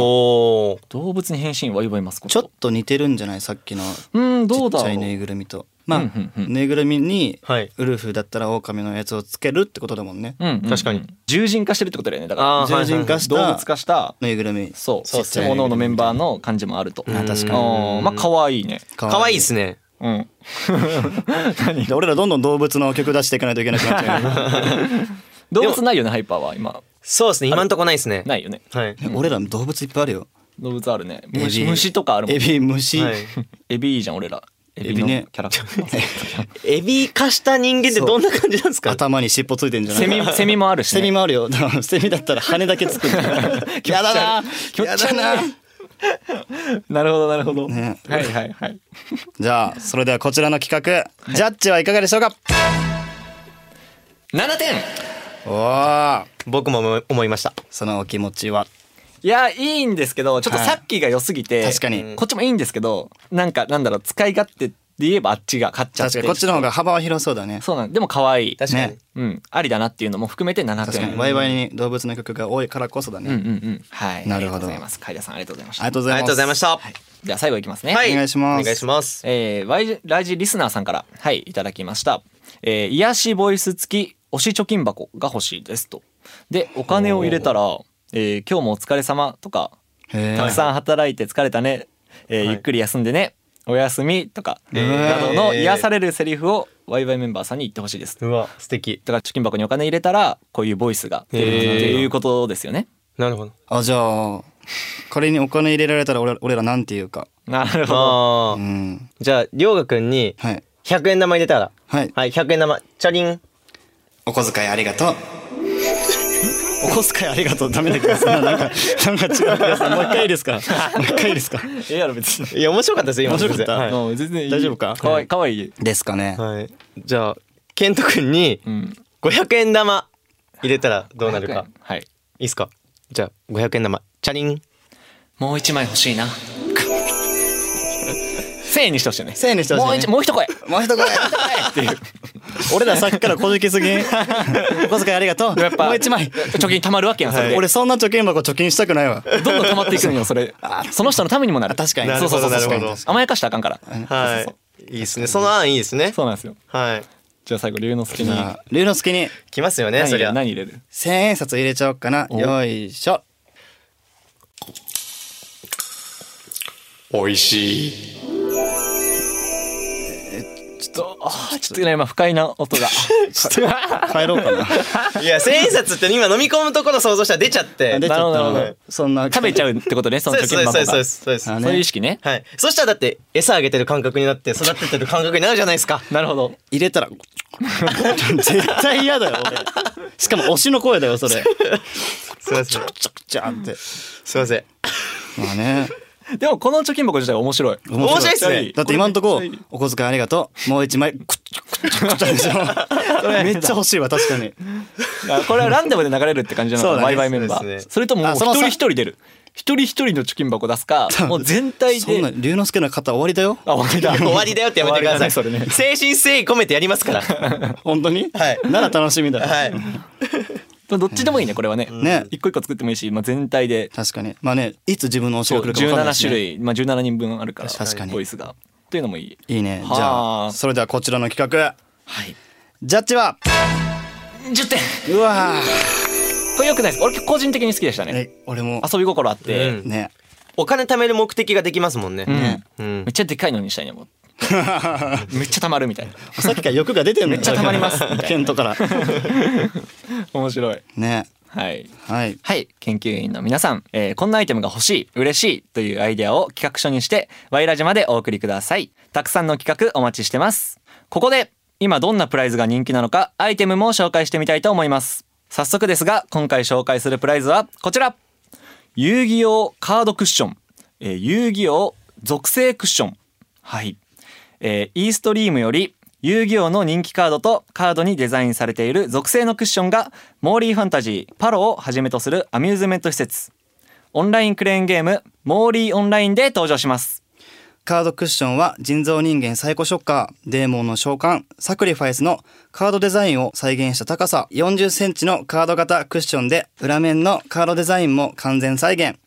[SPEAKER 2] おー
[SPEAKER 3] 動物に変身ワイワイマスコッ
[SPEAKER 1] ちょ
[SPEAKER 3] ト
[SPEAKER 1] っと似てるんじゃないさっきの
[SPEAKER 3] うーんどう
[SPEAKER 1] ちっ
[SPEAKER 3] だ
[SPEAKER 1] ちゃ
[SPEAKER 3] ろ
[SPEAKER 1] いうぬいぐるみとまあ、
[SPEAKER 3] うんうんうん
[SPEAKER 1] ぬいぐるみに
[SPEAKER 2] はい
[SPEAKER 1] ウルフだったら狼のやつをつけるってことだもんね、
[SPEAKER 3] うんうんうん
[SPEAKER 2] 確かに
[SPEAKER 3] 獣人化してるってことだよねだか
[SPEAKER 2] あーはい
[SPEAKER 1] 獣人化
[SPEAKER 3] ら
[SPEAKER 1] した
[SPEAKER 3] 動物化した
[SPEAKER 1] ぬいぐるみ
[SPEAKER 3] そう
[SPEAKER 1] そうっすね
[SPEAKER 3] 各々のメンバーの感じもあると
[SPEAKER 1] あ確かに
[SPEAKER 3] あーまあ可愛いね
[SPEAKER 2] 可愛いですすね
[SPEAKER 3] うん
[SPEAKER 1] で俺らどんどん動物の曲出していかないといけなくなっちゃ
[SPEAKER 3] 動物ないよねハイパーは今
[SPEAKER 2] そうですね今んとこないですね
[SPEAKER 3] ないよね
[SPEAKER 2] はい、
[SPEAKER 1] うよ俺ら動物いっぱいあるよ
[SPEAKER 3] 動物あるね
[SPEAKER 1] エ
[SPEAKER 3] 虫
[SPEAKER 1] ビ
[SPEAKER 3] 虫とかあるもん
[SPEAKER 1] エビ虫、
[SPEAKER 2] はい、
[SPEAKER 3] エビいいじゃん俺らエビの
[SPEAKER 1] エビね
[SPEAKER 3] キャラクター
[SPEAKER 2] [LAUGHS] エビ化した人間ってどんな感じなんですか
[SPEAKER 1] [LAUGHS] 頭に尻尾ついてんじゃない
[SPEAKER 3] セミ
[SPEAKER 1] [LAUGHS]
[SPEAKER 3] セミもあるし
[SPEAKER 1] セミ
[SPEAKER 3] ね
[SPEAKER 1] もあるよだから [LAUGHS] セミだったら羽だけつくんだよやだな
[SPEAKER 3] [LAUGHS] 気持
[SPEAKER 1] や
[SPEAKER 3] ち悪い
[SPEAKER 1] だな
[SPEAKER 3] なるほどなるほど
[SPEAKER 1] ね
[SPEAKER 3] はいはいはい
[SPEAKER 1] じゃあそれではこちらの企画ジャッジはいかがでしょうか
[SPEAKER 3] 7点
[SPEAKER 1] おお
[SPEAKER 2] 僕も思い思いました
[SPEAKER 1] そのお気持ちはい
[SPEAKER 3] やいいんですけどちょっと
[SPEAKER 1] はい
[SPEAKER 3] さっきが良すぎて
[SPEAKER 1] 確かに
[SPEAKER 3] こっちもいいんですけどなんかなんだろう使い勝手で言えばあっちが勝っちゃっ
[SPEAKER 1] 確か
[SPEAKER 3] て
[SPEAKER 1] にこっちの方が幅は広そうだね
[SPEAKER 3] そうなんでも可愛い
[SPEAKER 2] 確かに、
[SPEAKER 1] ね
[SPEAKER 3] うんありだなっていうのも含めて7
[SPEAKER 1] 確か
[SPEAKER 3] 点
[SPEAKER 1] にワイワイに動物の曲が多いからこそだね、
[SPEAKER 3] うんう
[SPEAKER 1] あ
[SPEAKER 3] んうんはい
[SPEAKER 1] なるほど
[SPEAKER 3] ありがとうございます海田さんありがとうございまし
[SPEAKER 1] りが
[SPEAKER 3] た
[SPEAKER 1] とうご
[SPEAKER 2] あ
[SPEAKER 1] ざ
[SPEAKER 2] り
[SPEAKER 1] いま
[SPEAKER 2] がとうご
[SPEAKER 1] す
[SPEAKER 2] ざいました、
[SPEAKER 3] じゃあ最後いきますね
[SPEAKER 2] はい
[SPEAKER 1] お願いします
[SPEAKER 2] お願いします
[SPEAKER 3] えー、ワイラジリスナーさんからはいいただきました、えー、癒しボイス付き推し貯金箱が欲しいですとでお金を入れたら、えー今日もお疲れ様とか
[SPEAKER 1] へ
[SPEAKER 3] たくさん働いて疲れたね、えーゆっくり休んでねおやすみとか、などの癒されるセリフをワイワイメンバーさんに言ってほしいです
[SPEAKER 2] うわ素敵
[SPEAKER 3] だから貯金箱にお金入れたらこういうボイスが出るっていうことですよね
[SPEAKER 2] なるほど
[SPEAKER 1] あじゃあこれにお金入れられたら俺ら俺らなんて言うか
[SPEAKER 3] なるほど
[SPEAKER 2] あ
[SPEAKER 1] う
[SPEAKER 2] ー
[SPEAKER 1] ん
[SPEAKER 2] じゃあ涼河くんに
[SPEAKER 1] はい
[SPEAKER 2] 100円玉入れたら
[SPEAKER 1] はい
[SPEAKER 2] はい100円玉チャリン
[SPEAKER 1] お小遣いありがとうお小遣いありがとうダメだけどそんななんかなんか違う気がするもう一回いい
[SPEAKER 3] [LAUGHS]
[SPEAKER 1] ですかもう一回いいですか
[SPEAKER 3] ええやろ別に
[SPEAKER 2] いや面白かったですよ今
[SPEAKER 1] 面白かった
[SPEAKER 2] はい
[SPEAKER 3] もう全然いい
[SPEAKER 1] 大丈夫か
[SPEAKER 3] かわいいかわいい、
[SPEAKER 1] ですかね
[SPEAKER 2] はい。じゃあ、ケント君に
[SPEAKER 3] うん、
[SPEAKER 2] 500円玉入れたらどうなるか。
[SPEAKER 3] はい
[SPEAKER 2] いいっすかじゃあ、500円玉、チャリン。
[SPEAKER 3] もう一枚欲しいな。千円にしてほしいよね。
[SPEAKER 1] 1000円にしてほしい
[SPEAKER 3] もう
[SPEAKER 1] ね
[SPEAKER 3] 一もう一声。
[SPEAKER 1] もう一声
[SPEAKER 3] っていう。
[SPEAKER 1] 俺らさっきから小じきすぎんお小遣いありがとう
[SPEAKER 3] やっぱ
[SPEAKER 1] もう一枚
[SPEAKER 3] 貯金貯まるわけやん。それで。
[SPEAKER 1] 俺そんな貯金箱貯金したくないわ
[SPEAKER 3] どんどん貯まっていくのよそれ。その人のためにもなる。
[SPEAKER 1] あ確かに
[SPEAKER 3] そうそうそう
[SPEAKER 2] なるほどなるほど
[SPEAKER 3] そう。甘やかしたらあかんから。
[SPEAKER 2] はい。いいっすね。その案いいですね。
[SPEAKER 3] そうなんですよ。
[SPEAKER 2] はい。
[SPEAKER 3] じゃあ最後龍之介に
[SPEAKER 1] じゃあ龍之介に
[SPEAKER 2] きますよね、
[SPEAKER 3] 何
[SPEAKER 2] そ
[SPEAKER 3] 入れ
[SPEAKER 2] りゃ
[SPEAKER 3] る。何入れる？
[SPEAKER 1] 千円札入れちゃおうかなよいしょ
[SPEAKER 8] おいしい
[SPEAKER 3] ちょっとあーちょっとね今不快な音が。
[SPEAKER 1] 帰ろう
[SPEAKER 3] [LAUGHS]
[SPEAKER 1] かな
[SPEAKER 2] いや、千円札って今飲み込むところ想像したら出ちゃって。
[SPEAKER 1] 出ちゃった
[SPEAKER 3] なるほどなる
[SPEAKER 1] な
[SPEAKER 3] ほど
[SPEAKER 1] そんな
[SPEAKER 3] 食べちゃ
[SPEAKER 1] う
[SPEAKER 3] うってことねそ
[SPEAKER 2] そう
[SPEAKER 3] の
[SPEAKER 2] で
[SPEAKER 3] 貯
[SPEAKER 2] す、
[SPEAKER 3] 金
[SPEAKER 2] そう
[SPEAKER 3] 箱が。
[SPEAKER 2] です、
[SPEAKER 3] そ
[SPEAKER 2] そうで
[SPEAKER 3] う
[SPEAKER 2] す。そうです
[SPEAKER 1] あね
[SPEAKER 3] いう意識ね。
[SPEAKER 2] はい。そしたらだって、餌あげてる感覚になって、育っててる感覚になるじゃないですか。
[SPEAKER 3] なるほど。
[SPEAKER 1] 入れたら絶対嫌だよ俺しかも推しの声だよそれ
[SPEAKER 2] すいません。
[SPEAKER 1] じゃんって
[SPEAKER 2] すいません。
[SPEAKER 1] まあね
[SPEAKER 3] でもこの貯金箱自体が面白い。
[SPEAKER 2] 面白いっすね。
[SPEAKER 1] だって今んとこお小遣いありがとうもう一枚くっちゃくっちゃくっちゃでしょめっちゃ欲しいわ確かに
[SPEAKER 3] あこれはランダムで流れるって感じなの
[SPEAKER 1] そうだ
[SPEAKER 3] か
[SPEAKER 1] ね
[SPEAKER 3] ワイワイメンバ
[SPEAKER 2] そう
[SPEAKER 3] ー
[SPEAKER 2] です
[SPEAKER 3] そ
[SPEAKER 2] ね
[SPEAKER 3] れとももう
[SPEAKER 1] あ
[SPEAKER 3] 一
[SPEAKER 1] その
[SPEAKER 3] 人一人出る一人一人の貯金箱出すかもう全体
[SPEAKER 1] そんな
[SPEAKER 3] で
[SPEAKER 1] 龍之介の方終わりだよ
[SPEAKER 3] あ終わ [LAUGHS] りだ
[SPEAKER 2] 終わりだよってやめてください。
[SPEAKER 3] 終わりだねそれね
[SPEAKER 2] 精神誠意込めてやりま
[SPEAKER 3] [LAUGHS]
[SPEAKER 2] すから。
[SPEAKER 1] 本当に、
[SPEAKER 2] はい
[SPEAKER 1] なら楽しみだよ、
[SPEAKER 2] はい。
[SPEAKER 3] まあどっちでもいいねこれはね
[SPEAKER 1] ね
[SPEAKER 3] 一個一個作ってもいいし、まあ、全体で
[SPEAKER 1] 確かにまあねいつ自分の推しが来るか分かんない
[SPEAKER 3] 17
[SPEAKER 1] し、
[SPEAKER 3] 種
[SPEAKER 1] ね、
[SPEAKER 3] 類、まあ、17人分あるから
[SPEAKER 1] 確かに
[SPEAKER 3] ボイスがっていうのもいい
[SPEAKER 1] いいね
[SPEAKER 3] はあ
[SPEAKER 1] じゃあそれではこちらの企画
[SPEAKER 3] はい
[SPEAKER 1] ジャッジは
[SPEAKER 3] 10点
[SPEAKER 1] うわー
[SPEAKER 3] これよくないですか俺個人的に好きでしたね
[SPEAKER 1] え俺も
[SPEAKER 3] 遊び心あって、
[SPEAKER 2] うん
[SPEAKER 1] ね
[SPEAKER 2] お金貯める目的ができますもんね。
[SPEAKER 3] ね
[SPEAKER 2] うん
[SPEAKER 3] めっちゃでかいのにしたいねもうめっちゃたまるみたいな
[SPEAKER 1] さっきから欲が出てるめっ
[SPEAKER 3] ちゃ溜まりますみたいな
[SPEAKER 1] ケントから
[SPEAKER 3] 面白い
[SPEAKER 1] ね
[SPEAKER 3] はい
[SPEAKER 1] はい
[SPEAKER 3] はい研究員の皆さん、えーこんなアイテムが欲しい嬉しいというアイデアを企画書にしてワイラジまでお送りくださいたくさんの企画お待ちしてますここで今どんなプライズが人気なのかアイテムも紹介してみたいと思います早速ですが今回紹介するプライズはこちら遊戯王カードクッション、えー遊戯王属性クッションはい、えーイーストリームより遊戯王の人気カードとカードにデザインされている属性のクッションがモーリーファンタジーパロをはじめとするアミューズメント施設オンラインクレーンゲームモーリーオンラインで登場します
[SPEAKER 1] カードクッションは人造人間サイコショッカー、デーモンの召喚、サクリファイスのカードデザインを再現した高さ40センチのカード型クッションで裏面のカードデザインも完全再現。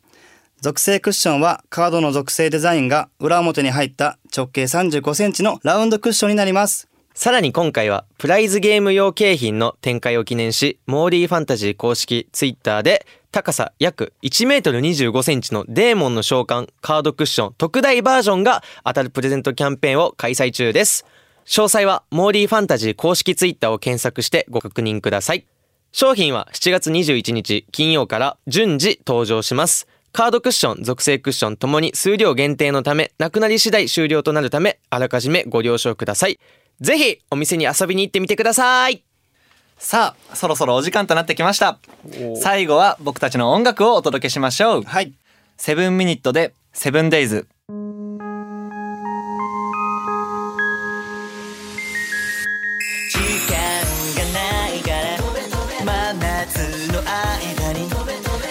[SPEAKER 1] 属性クッションはカードの属性デザインが裏表に入った直径35センチのラウンドクッションになります。
[SPEAKER 2] さらに今回はプライズゲーム用景品の展開を記念しモーリーファンタジー公式ツイッターで高さ約1メートル25センチのデーモンの召喚カードクッション特大バージョンが当たるプレゼントキャンペーンを開催中です詳細はモーリーファンタジー公式ツイッターを検索してご確認ください商品は7月21日金曜から順次登場します。カードクッション、属性クッションともに数量限定のため、なくなり次第終了となるため、あらかじめご了承ください。ぜひ、お店に遊びに行ってみてください。
[SPEAKER 3] さあそろそろお時間となってきました最後は僕たちの音楽をお届けしましょう
[SPEAKER 1] はい。
[SPEAKER 3] セブンミニットでセブンデイズ
[SPEAKER 6] 時間がないから真夏の間に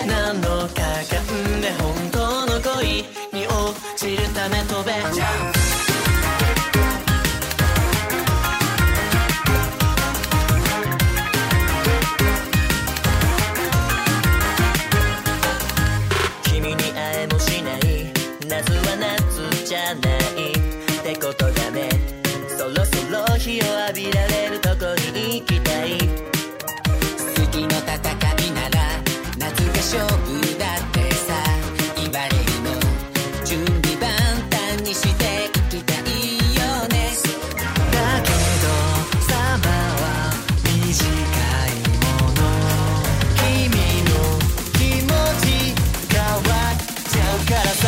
[SPEAKER 6] 何度か噛んで本当の恋に落ちるため飛べ君に会えもしない夏は夏じゃないってことだねそろそろ日を浴びられるとこに行きたい
[SPEAKER 9] 月の戦いなら夏が勝負だってさ言われるの準備万端にしていきたいよね
[SPEAKER 6] だけど「サマーは短いもの」「君の気持ち変わっちゃうからさ」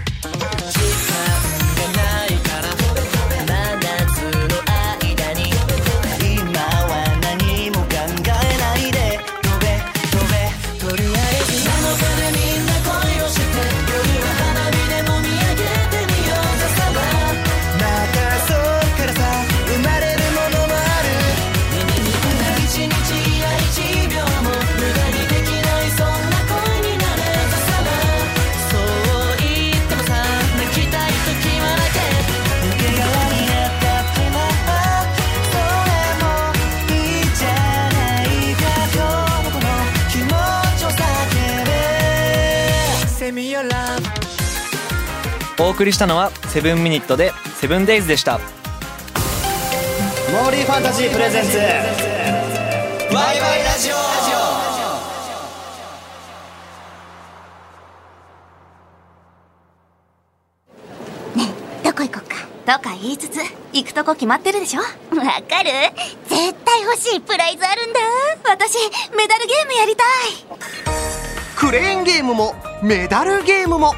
[SPEAKER 6] 「時間がないから真夏の間に」「今は何も考えないで飛べ飛べとりあえず」「7日でみんな恋をして夜は花火でも見上げてみよう」「ザ・サマー」またそうからさ生まれるものもある胸にうなぎちゃうよ一日や一秒も無駄にできないそんな恋になれたさそう言ってもさ泣きたい時は泣け抜け殻になったってまあそれもいいじゃないか今日のこの気持ちを叫べセミよラブ
[SPEAKER 3] お送りしたのはセブンミニットでセブンデイズでした
[SPEAKER 1] モーリーファンタジープレゼンツ。
[SPEAKER 6] ワイワイラジオ
[SPEAKER 4] どこ行こっかとか言いつつ行くとこ決まってるでしょわかる絶対欲しいプライズあるんだ私メダルゲームやりたい
[SPEAKER 5] クレーンゲームもメダルゲームも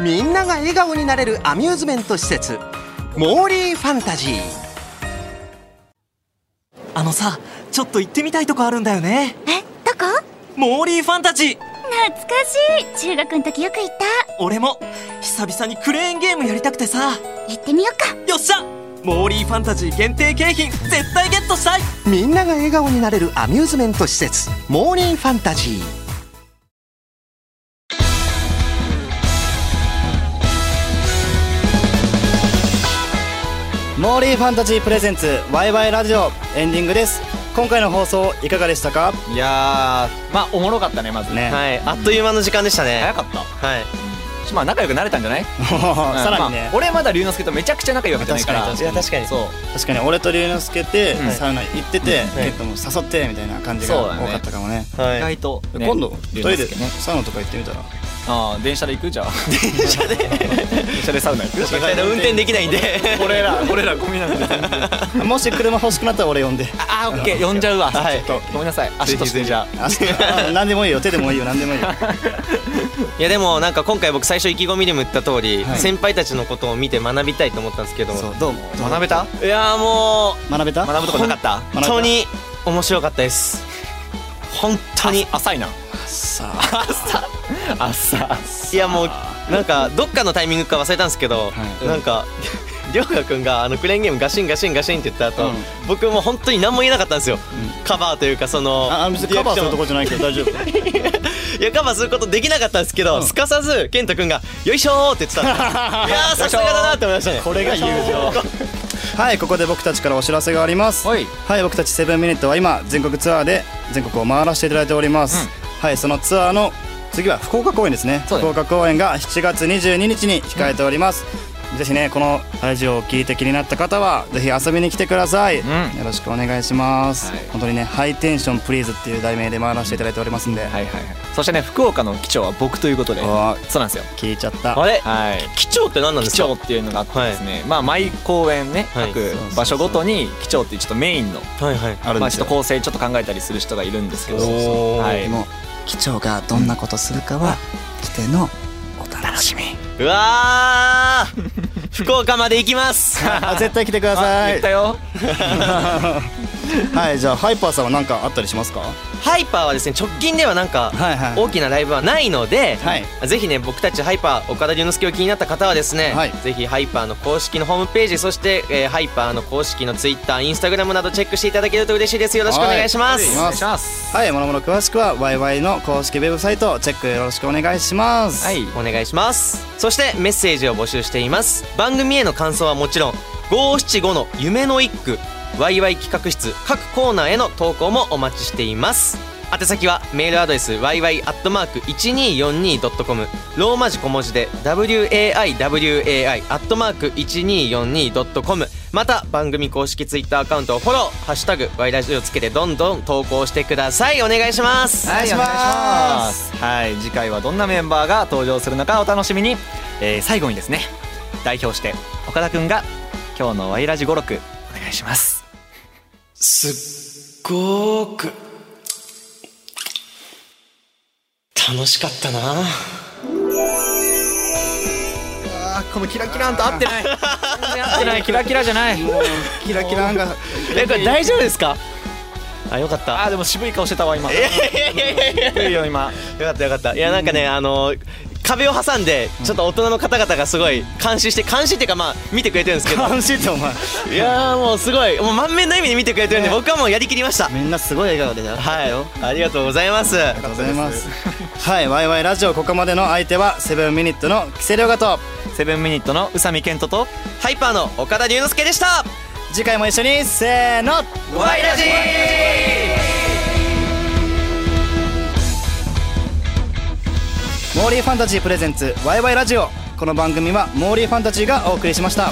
[SPEAKER 5] みんなが笑顔になれるアミューズメント施設モーリーファンタジー
[SPEAKER 6] あのさちょっと行ってみたいとこあるんだよね
[SPEAKER 4] えどこ
[SPEAKER 6] モーリーファンタジー
[SPEAKER 4] 懐かしい中学の時よく行っ
[SPEAKER 6] 俺も久々にクレーンゲームやりたくてさ
[SPEAKER 4] た行ってみよっか
[SPEAKER 6] よっしゃモーリーファンタジー限定景品絶対ゲットしたい
[SPEAKER 5] みんなが笑顔になれるアミューズメント施設モーリーファンタジー
[SPEAKER 1] モーリーファンタジープレゼンツワイワイラジオエンディングです。今回の放送いかがでしたか [LAUGHS]
[SPEAKER 2] いや
[SPEAKER 3] まあおもろかったねまず
[SPEAKER 1] ね。
[SPEAKER 2] はい、あっという間の時間でした
[SPEAKER 3] 早
[SPEAKER 2] ね。
[SPEAKER 3] かった
[SPEAKER 2] はい。
[SPEAKER 3] まあ仲良くなれたんじゃないうん
[SPEAKER 1] さらに
[SPEAKER 3] ま
[SPEAKER 1] ね
[SPEAKER 3] あ、。俺まだ龍之介とめちゃくちゃ仲良くじゃないから
[SPEAKER 2] 確かに確かにいや確かに
[SPEAKER 3] そう
[SPEAKER 1] 確かに俺と龍之介で
[SPEAKER 3] うん
[SPEAKER 1] サウナ行ってて、
[SPEAKER 2] うん
[SPEAKER 1] 結構もう誘ってみたいな感じが
[SPEAKER 3] そう
[SPEAKER 1] 多
[SPEAKER 3] だね
[SPEAKER 1] かったかもね
[SPEAKER 3] 意
[SPEAKER 2] はい。
[SPEAKER 3] 外と、ね
[SPEAKER 1] 今度一
[SPEAKER 3] 龍
[SPEAKER 1] 人
[SPEAKER 3] 之
[SPEAKER 1] で
[SPEAKER 3] 介ね
[SPEAKER 1] サウナとか行ってみたら [LAUGHS]
[SPEAKER 3] ああ電車で行くじゃあ [LAUGHS] 電車でサウナ行く
[SPEAKER 2] 確かに運転できないんで。
[SPEAKER 3] 俺ら俺らゴミなんで
[SPEAKER 1] もし車欲しくなったら俺呼んで
[SPEAKER 3] ああオッケー呼んじゃうわ
[SPEAKER 2] はい
[SPEAKER 3] ちょっとごめんなさい足としてじゃ
[SPEAKER 1] ああ何でもいいよ手でもいいよ何でもいいよ
[SPEAKER 2] いやでもなんか今回僕最初意気込みでも言った通り、
[SPEAKER 1] はい
[SPEAKER 2] 先輩たちのことを見て学びたいと思ったんですけど
[SPEAKER 1] そうどうも
[SPEAKER 3] あ学べた
[SPEAKER 2] いやーも
[SPEAKER 1] 学べた
[SPEAKER 3] 学ぶとこなかった
[SPEAKER 2] う本当に面白かったです本当に
[SPEAKER 3] 浅いな
[SPEAKER 1] さあ
[SPEAKER 3] 朝
[SPEAKER 2] いやもうなんかどっかのタイミングか忘れたんですけど、
[SPEAKER 1] はい
[SPEAKER 2] なんか [LAUGHS] りょうがくんがあのクレーンゲームガシンガシンガシンって言った後、
[SPEAKER 1] うん
[SPEAKER 2] 僕も本当に何も言えなかったんですよ、カバーというかその
[SPEAKER 1] ああ別にカバーするとこじゃないけど大丈夫
[SPEAKER 2] いやカバーすることできなかったんですけど、すかさず健太くんが「よいしょ!」って言ってたん
[SPEAKER 1] [LAUGHS]
[SPEAKER 2] でいやーさすがだなって思いましたね
[SPEAKER 1] これが友情 [LAUGHS] はいここで僕たちからお知らせがあります
[SPEAKER 3] はい
[SPEAKER 1] 僕たちセブンミニットは今全国ツアーで全国を回らせていただいております、はいそのツアーの次は福岡公演ですね
[SPEAKER 3] そうだ
[SPEAKER 1] 福
[SPEAKER 3] よ
[SPEAKER 1] 岡公演が7月22日に控えております、ぜひねこのラジオを聞いて気になった方はぜひ遊びに来てください、
[SPEAKER 3] ん
[SPEAKER 1] よろしくお願いします、本当にねハイテンションプリーズっていう題名で回らせていただいておりますんで、
[SPEAKER 3] はいはいはいそしてね福岡の機長は僕ということで
[SPEAKER 1] あ
[SPEAKER 3] そうなんですよ
[SPEAKER 1] 聞いちゃった
[SPEAKER 2] あれ
[SPEAKER 3] はい
[SPEAKER 2] 機長って何なんで
[SPEAKER 3] 機
[SPEAKER 2] すか
[SPEAKER 3] 長っていうのがあってですね、まあ毎公演ね
[SPEAKER 2] はい
[SPEAKER 3] 各場所ごとに機長っていうちょっとメインの
[SPEAKER 2] はいはい
[SPEAKER 1] あるん
[SPEAKER 3] まあ
[SPEAKER 1] で
[SPEAKER 3] ち
[SPEAKER 1] す
[SPEAKER 3] ょっと
[SPEAKER 1] よ、
[SPEAKER 3] 構成ちょっと考えたりする人がいるんですけど
[SPEAKER 2] おー
[SPEAKER 3] はい
[SPEAKER 1] でも機長がどんなことするかは来てのお楽しみ
[SPEAKER 2] うわー福岡まで行き
[SPEAKER 1] [LAUGHS]
[SPEAKER 2] ます
[SPEAKER 1] あ絶対来てくださ
[SPEAKER 3] 言
[SPEAKER 1] い
[SPEAKER 3] った。よ
[SPEAKER 1] はい、じゃあハイパーさんは何かあったりしますか？
[SPEAKER 2] ハイパーはですね直近ではなんか
[SPEAKER 1] はいはい
[SPEAKER 2] 大きなライブはないので、
[SPEAKER 1] はい
[SPEAKER 2] ぜひね僕たちハイパー岡田龍之介を気になった方はですね、
[SPEAKER 1] はい
[SPEAKER 2] ぜひハイパーの公式のホームページそして、えーハイパーの公式のツイッターインスタグラムなどチェックしていただけると嬉しいですよろしくお願いします、
[SPEAKER 1] お願いします。はい、もろもろ詳しくはワイワイの公式ウェブサイトをチェックよろしくお願いします。
[SPEAKER 3] はい
[SPEAKER 2] お願いしますそしてメッセージを募集しています番組への感想はもちろん575の夢の一句ワイワイ企画室各コーナーへの投稿もお待ちしています宛先はメールアドレス yy.1242.com ローマ字小文字で waiwai.1242.com また番組公式ツイッターアカウントをフォロー「ハッシュタグワイラジ」をつけてどんどん投稿してくださいお願いします
[SPEAKER 3] はい、お願いします。はい、次回はどんなメンバーが登場するのかお楽しみに。えー、最後にですね、代表して岡田くんが今日のワイラジ語録お願いします。
[SPEAKER 2] すっごーく楽しかったな
[SPEAKER 5] あこのキラキランと合って
[SPEAKER 3] [LAUGHS]
[SPEAKER 5] ない
[SPEAKER 3] 合ってない、キラキラじゃない。
[SPEAKER 1] キラキラが
[SPEAKER 2] えこれ大丈夫ですかあよかった
[SPEAKER 3] あー、でも渋い顔してたわ今。いいよ今。
[SPEAKER 2] よかったよかったいやなんかねあの壁を挟んでちょっと大人の方々がすごい監視して監視っていうかまあ見てくれてるんですけど
[SPEAKER 1] 楽しいってお前。
[SPEAKER 2] いやーもうすごいもう満面の意味で見てくれてるんで僕はもうやりきりました
[SPEAKER 1] みんなすごい笑顔でね。
[SPEAKER 2] はいありがとうございます
[SPEAKER 1] ありがとうございます。はい、ワイワイラジオここまでの相手はセブンミニットのキセリョガと。
[SPEAKER 3] セブンミニットの宇佐美健人と
[SPEAKER 2] ハイパーの岡田龍之介でした
[SPEAKER 1] 次回も一緒にせーの。
[SPEAKER 2] ワイラジー
[SPEAKER 1] モーリーファンタジープレゼンツワイワイラジオ。この番組はモーリーファンタジーがお送りしました。